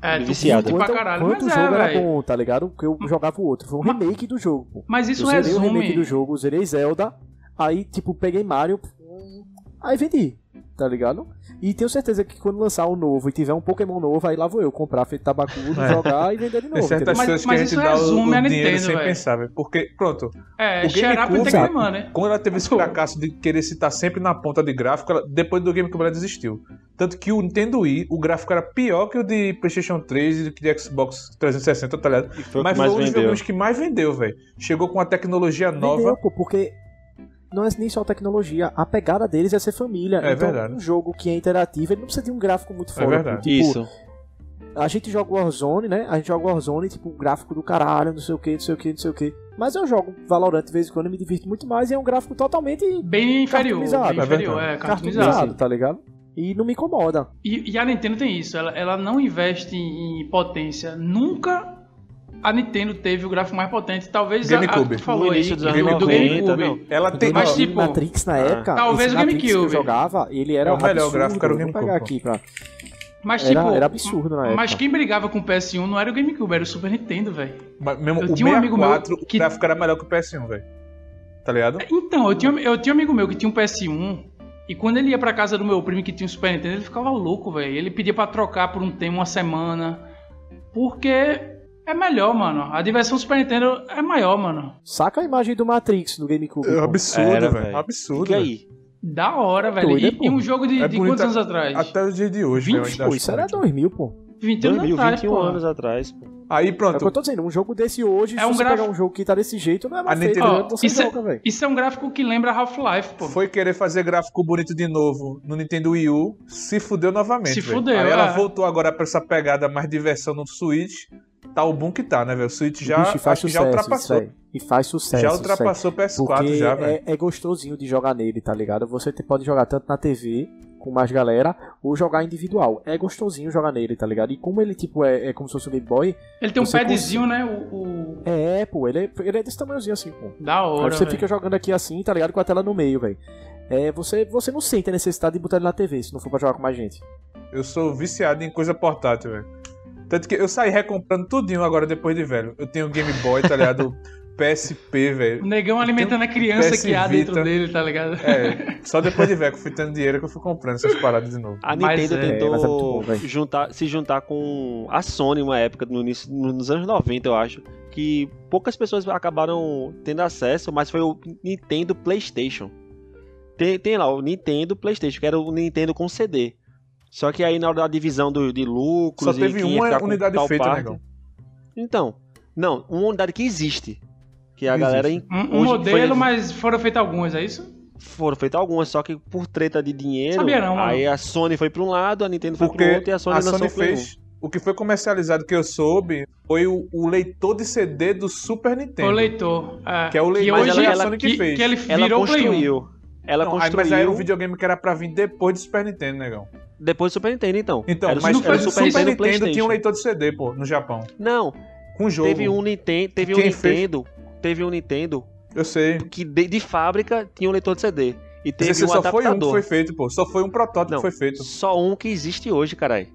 É, tu viciado. curte pra quanto, caralho, quanto o mas é, jogo era velho. bom, tá ligado? Porque eu jogava o outro. Foi um Mas- remake do jogo, pô. Mas isso é eu zerei o remake do resume. jogo, zerei Zelda, aí, tipo, peguei Mario, hum, aí vendi, tá ligado? E tenho certeza que quando lançar um novo e tiver um Pokémon novo, aí lá vou eu comprar feito tabacudo, É. jogar e vender de tem novo. certas entendeu? Mas- coisas que mas a isso gente dá o, resume a o dinheiro Nintendo, sem velho. pensar, velho. Porque, pronto, É, O share up GameCube, e take my money. Quando ela teve esse Pô. fracasso de querer citar sempre na ponta de gráfico, ela- depois do GameCube ela desistiu. Tanto que o Nintendo Wii, o gráfico era pior que o de PlayStation 3 e do que de Xbox 360, tá ligado? E foi o Mas que foi mais um dos vendeu. videogames que mais vendeu, velho. Chegou com uma tecnologia Vendeu, nova. pô, porque não é nem só tecnologia, a pegada deles é ser família. É então, verdade. um jogo que é interativo, ele não precisa de um gráfico muito forte. verdade. Tipo, Isso. a gente joga Warzone, né? A gente joga Warzone, tipo, um gráfico do caralho, não sei o que, não sei o que, não sei o que. Mas eu jogo Valorant de vez em quando e me divirto muito mais e é um gráfico totalmente Bem inferior. Cartunizado, bem é inferior, verdade. é, cartunizado. cartunizado, tá ligado? E não me incomoda. E, e a Nintendo tem isso, ela, ela não investe em potência. Nunca a Nintendo teve o gráfico mais potente. Talvez a- GameCube. A, tu falou No aí, início dos do- anos do 90, GameCube. não. Ela tem. Mas, ó, tipo, Matrix na ah, época, talvez esse o Matrix que eu GameCube. jogava, ele era É o melhor absurdo. gráfico, era o Vou GameCube, pegar pô. aqui pra... Mas, Era, tipo, era absurdo na época. Mas quem brigava com o PS1 não era o GameCube, era o Super Nintendo, velho. mas mesmo eu o tinha um amigo meu 64, que- o gráfico era melhor que o PS1, velho. Tá ligado? Então, eu tinha, eu tinha um amigo meu que tinha um PS1. E quando ele ia pra casa do meu primo que tinha um Super Nintendo, ele ficava louco, velho. Ele pedia pra trocar por um tempo, uma semana. Porque é melhor, mano. A diversão do Super Nintendo é maior, mano. Saca a imagem do Matrix no GameCube. É pô. absurdo, Era, velho. velho. Absurdo. é Fica velho. aí. Da hora, velho. Doido, E, é, pô. e um jogo de, É de bonito quantos a- anos atrás? Até os dias de hoje, velho. eu 20, ainda Pô, acho isso era muito. 2000, pô. 20 anos 2000, atrás, 21 pô. anos atrás. pô. Aí É o que eu pronto. tô dizendo, um jogo desse hoje, É se um você gráfico- pegar um jogo que tá desse jeito, não é mais A feito, Nintendo- né? você isso, joga, é, velho. isso é um gráfico que lembra Half-Life, pô. Foi querer fazer gráfico bonito de novo no Nintendo Wii U, se fudeu novamente. Se velho. fudeu, Aí ela é. voltou agora pra essa pegada mais diversão no Switch. Tá o boom que tá, né, velho? O Switch já, Bicho, e faz acho que sucesso, já ultrapassou. isso aí. E faz sucesso. já isso aí. ultrapassou o PS4 Porque já, velho. é, é gostosinho de jogar nele, tá ligado? Você te- pode jogar tanto na TV com mais galera ou jogar individual. É gostosinho jogar nele, tá ligado? E como ele, tipo, é, é como se fosse um Game Boy, Ele tem um Você padzinho, né? O, o- é, pô, ele é, ele é desse tamanhozinho assim, pô. Da Aí hora, você velho. fica jogando aqui assim, tá ligado? Com a tela no meio, velho. É, você, você não sente a necessidade de botar ele na TV se não for pra jogar com mais gente. Eu sou viciado em coisa portátil, velho. Tanto que eu saí recomprando tudinho agora depois de velho. Eu tenho Game Boy, tá ligado? PSP, O velho. negão alimentando a criança PS que há dentro Vita. dele, tá ligado? É, só depois de velho que eu fui tendo dinheiro que eu fui comprando essas paradas de novo. A Mas Nintendo é- tentou mas é muito bom, velho. juntar, se juntar com a Sony uma época, no início, no- nos anos 90, eu acho. que poucas pessoas acabaram tendo acesso, mas foi o Nintendo PlayStation. Tem, tem lá o Nintendo PlayStation, que era o Nintendo com CD. Só que aí na hora da divisão do, de lucros... Só e teve quem ia uma ficar com unidade tal feita, parte. negão. Então, não, uma unidade que existe. Que a Existe. galera em- Um, um hoje modelo, foi- mas foram feitas algumas, é isso? foram feitas algumas, só que por treta de dinheiro. Sabia não, mano. aí a Sony foi pra um lado, a Nintendo foi Porque pro outro e a Sony a lançou um. Sony o Play fez. O que foi comercializado que eu soube foi o, o leitor de CD do Super Nintendo. O leitor. é, Que é o leitor da hoje- geração que fez. Que ele 1. Ela virou o Play 1. construiu. Ela um. Não, aí- construiu. Mas aí era um videogame que era pra vir depois do Super Nintendo, negão. Depois do Super Nintendo, então. Então, Era o mas Super- era o Super, Nintendo e Nintendo, PlayStation. tinha um leitor de CD, pô, no Japão. Não, Com jogo. teve um Nintendo. Teve um Quem fez? Nintendo. Teve um Nintendo Eu sei. que de, de fábrica tinha um leitor de CD. E teve Esse um só foi um que adaptador. foi feito, pô. Só foi um protótipo Não. que foi feito. Só um que existe hoje, caralho.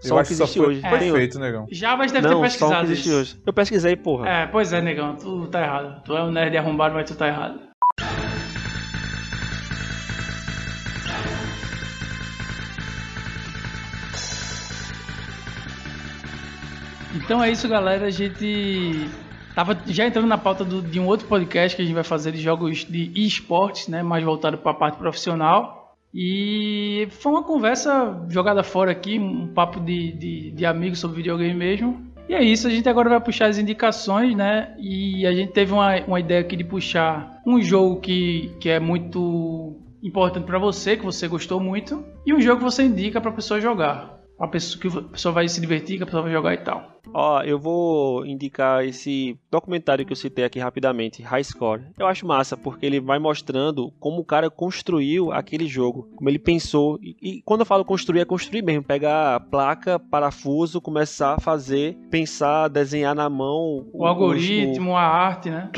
Só eu um acho que que só existe foi, hoje. foi Tem outro. feito, negão. Javas deve ter Não, só um pesquisado que existe isso. hoje. Eu pesquisei, porra. É, pois é, negão, tu tá errado. Tu é um nerd arrombado, mas tu tá errado. Então é isso, galera. A gente tava já entrando na pauta do- de um outro podcast que a gente vai fazer de jogos de esportes, né? Mais voltado para a parte profissional. E foi uma conversa jogada fora aqui, um papo de, de, de amigos sobre videogame mesmo. E é isso, a gente agora vai puxar as indicações, né? E a gente teve uma, uma ideia aqui de puxar um jogo que, que é muito importante pra você, que você gostou muito, e um jogo que você indica pra pessoa jogar. Pra pessoa, que a pessoa vai se divertir, que a pessoa vai jogar e tal. Ó, eu vou indicar esse documentário que eu citei aqui rapidamente, High Score. Eu acho massa, porque ele vai mostrando como o cara construiu aquele jogo, como ele pensou. E, e quando eu falo construir, é construir mesmo. Pegar placa, parafuso, começar a fazer, pensar, desenhar na mão. O os- o- algoritmo, a arte, né?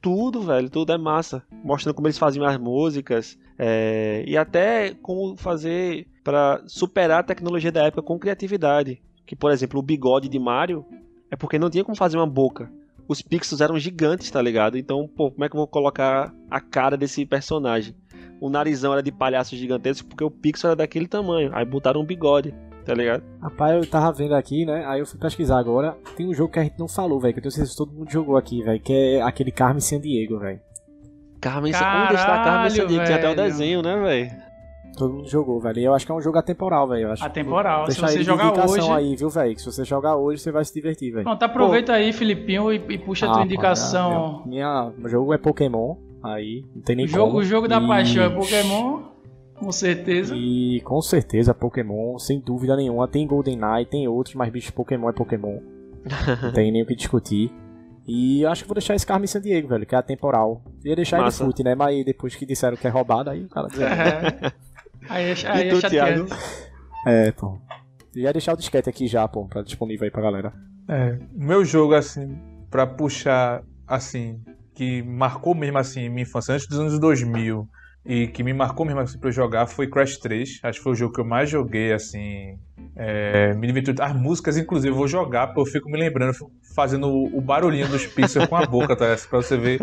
tudo, velho, tudo é massa. Mostrando como eles faziam as músicas é, e até como fazer pra superar a tecnologia da época com criatividade. Que, por exemplo, o bigode de Mario é porque não tinha como fazer uma boca. Os pixels eram gigantes, tá ligado? Então, pô, como é que eu vou colocar a cara desse personagem? O narizão era de palhaço gigantesco porque o pixel era daquele tamanho. Aí botaram um bigode, tá ligado? Rapaz, eu tava vendo aqui, né? Aí eu fui pesquisar agora. Tem um jogo que a gente não falou, velho. Que eu tenho certeza que todo mundo jogou aqui, velho. Que é aquele Carmen San Diego, velho. Carmen, onde está a Carmen Caralho, Sandiego? um Tinha até o velho. desenho, né, velho? Todo mundo jogou, velho. E eu acho que é um jogo atemporal, velho. Eu acho que- Atemporal. Se Deixa aí você de jogar indicação hoje. aí, viu, velho? Que se você jogar hoje, você vai se divertir, velho. Pronto, aproveita aí, Filipinho, e, e puxa a tua Ah, indicação. pô, Minha, minha- meu jogo é Pokémon. Aí, não tem nem O jogo, como. o jogo da E- paixão é Pokémon, com certeza. E com certeza Pokémon, sem dúvida nenhuma. Tem GoldenEye, tem outros, mas bicho, Pokémon é Pokémon. Não tem nem o que discutir. E eu acho que vou deixar esse Carmen San Diego, velho, que é atemporal. Ia deixar ele Massa. fute, né? Mas depois que disseram que é roubado, aí o cara diz, é, É. Aí é, aí E tu, é chateante. é, pô. Ia deixar o disquete aqui já, pô, pra disponível aí pra galera. É, o meu jogo, assim, pra puxar, assim, que marcou mesmo, assim, minha infância, antes dos anos 2000, e que me marcou mesmo, assim, pra eu jogar, foi Crash 3. Acho que foi o jogo que eu mais joguei, assim, é, me divertiu. As músicas, inclusive, eu vou jogar, porque eu fico me lembrando, eu fico fazendo o o barulhinho dos pixels com a boca, tá? Pra você ver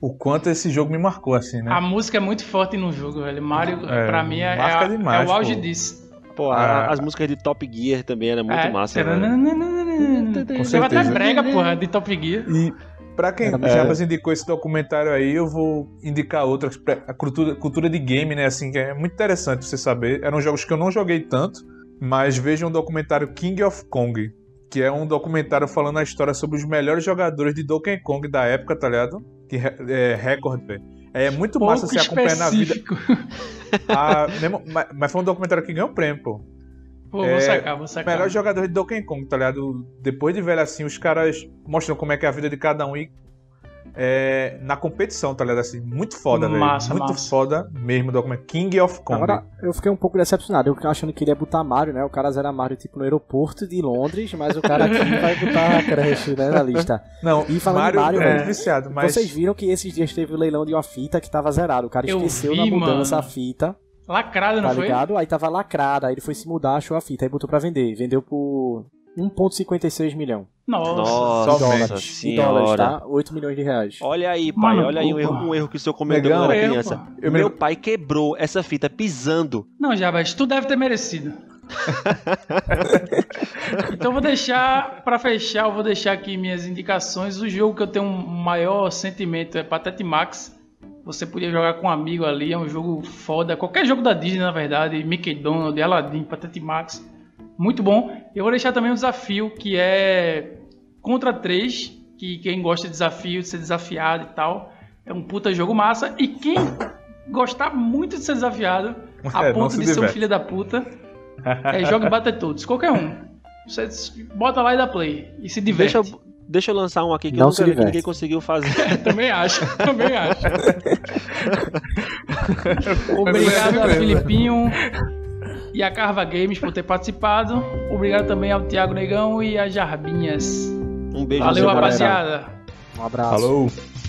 o quanto esse jogo me marcou, assim, né? A música é muito forte no jogo, velho. Mario, É, pra mim, é, marca é- demais, é o auge pô. disso. Pô, Ah. a- as músicas de Top Gear também era muito é. massa, né? velho. Com Você vai até certeza. brega, porra, de Top Gear. E pra quem Era muito já bom. nos indicou esse documentário aí, eu vou indicar outra, pra- a cultura, cultura de game, né? Assim, que é muito interessante você saber. Eram jogos que eu não joguei tanto, mas vejam o documentário King of Kong, que é um documentário falando a história sobre os melhores jogadores de Donkey Kong da época, tá ligado? Que re- é recorde, velho. É muito massa Pouco você acompanhar na vida. específico. Ah, mesmo- mas, mas foi um documentário que ganhou prêmio, pô. Pô, É, vou sacar, vou sacar. Melhor jogador de Donkey Kong, tá ligado? Depois de velho assim, os caras mostram como é que é a vida de cada um e é, na competição, tá ligado? Assim, muito foda, velho. Massa, Muito massa. foda mesmo o documento. King of Kong. Agora, eu fiquei um pouco decepcionado. Eu achando que ele ia botar Mario, né? O cara era Mario, tipo, no aeroporto de Londres, mas o cara aqui vai botar Crash, né, na lista. Não, E falando Mario, em Mario, é velho, viciado, mas Vocês viram que esses dias teve o leilão de uma fita que tava zerada. O cara Eu esqueceu vi, na mudança mano. a fita, Lacrado, não tá foi? ligado? Aí tava lacrada, aí ele foi se mudar, achou a fita, aí botou pra vender. Vendeu por 1,56 milhão Nossa. Nossa, Nossa dólares. Em dólares, senhora. tá? 8 milhões de reais. Olha aí, pai, Mano, olha aí um porra. erro, um erro que o senhor cometeu Negão, quando era Eu, criança. pô. eu me Meu lembro- pai quebrou essa fita pisando. Não, Jabas, tu deve ter merecido. Então vou deixar, pra fechar, eu vou deixar aqui minhas indicações. O jogo que eu tenho um maior sentimento é Patete Max. Você podia jogar com um amigo ali, é um jogo foda. Qualquer jogo da Disney, na verdade, Mickey Donald, Aladdin, Patete Max. Muito bom. Eu vou deixar também um desafio que é Contra 3, que quem gosta de desafio, de ser desafiado e tal, é um puta jogo massa. E quem gostar muito de ser desafiado, a É, não ponto se de ser um diverte. filho da puta, é, joga e bate todos, qualquer um. Você s- bota lá e dá play. E se diverte. Deixa eu, deixa eu lançar um aqui que Não eu se nunca vi que diverte. ninguém conseguiu fazer. Também acho, também acho. Um Obrigado a Filipinho e a Carva Games por ter participado. Obrigado também ao Thiago Negão e a Jarbinhas. Um beijo Valeu, seu, galera. rapaziada. Um abraço. Falou.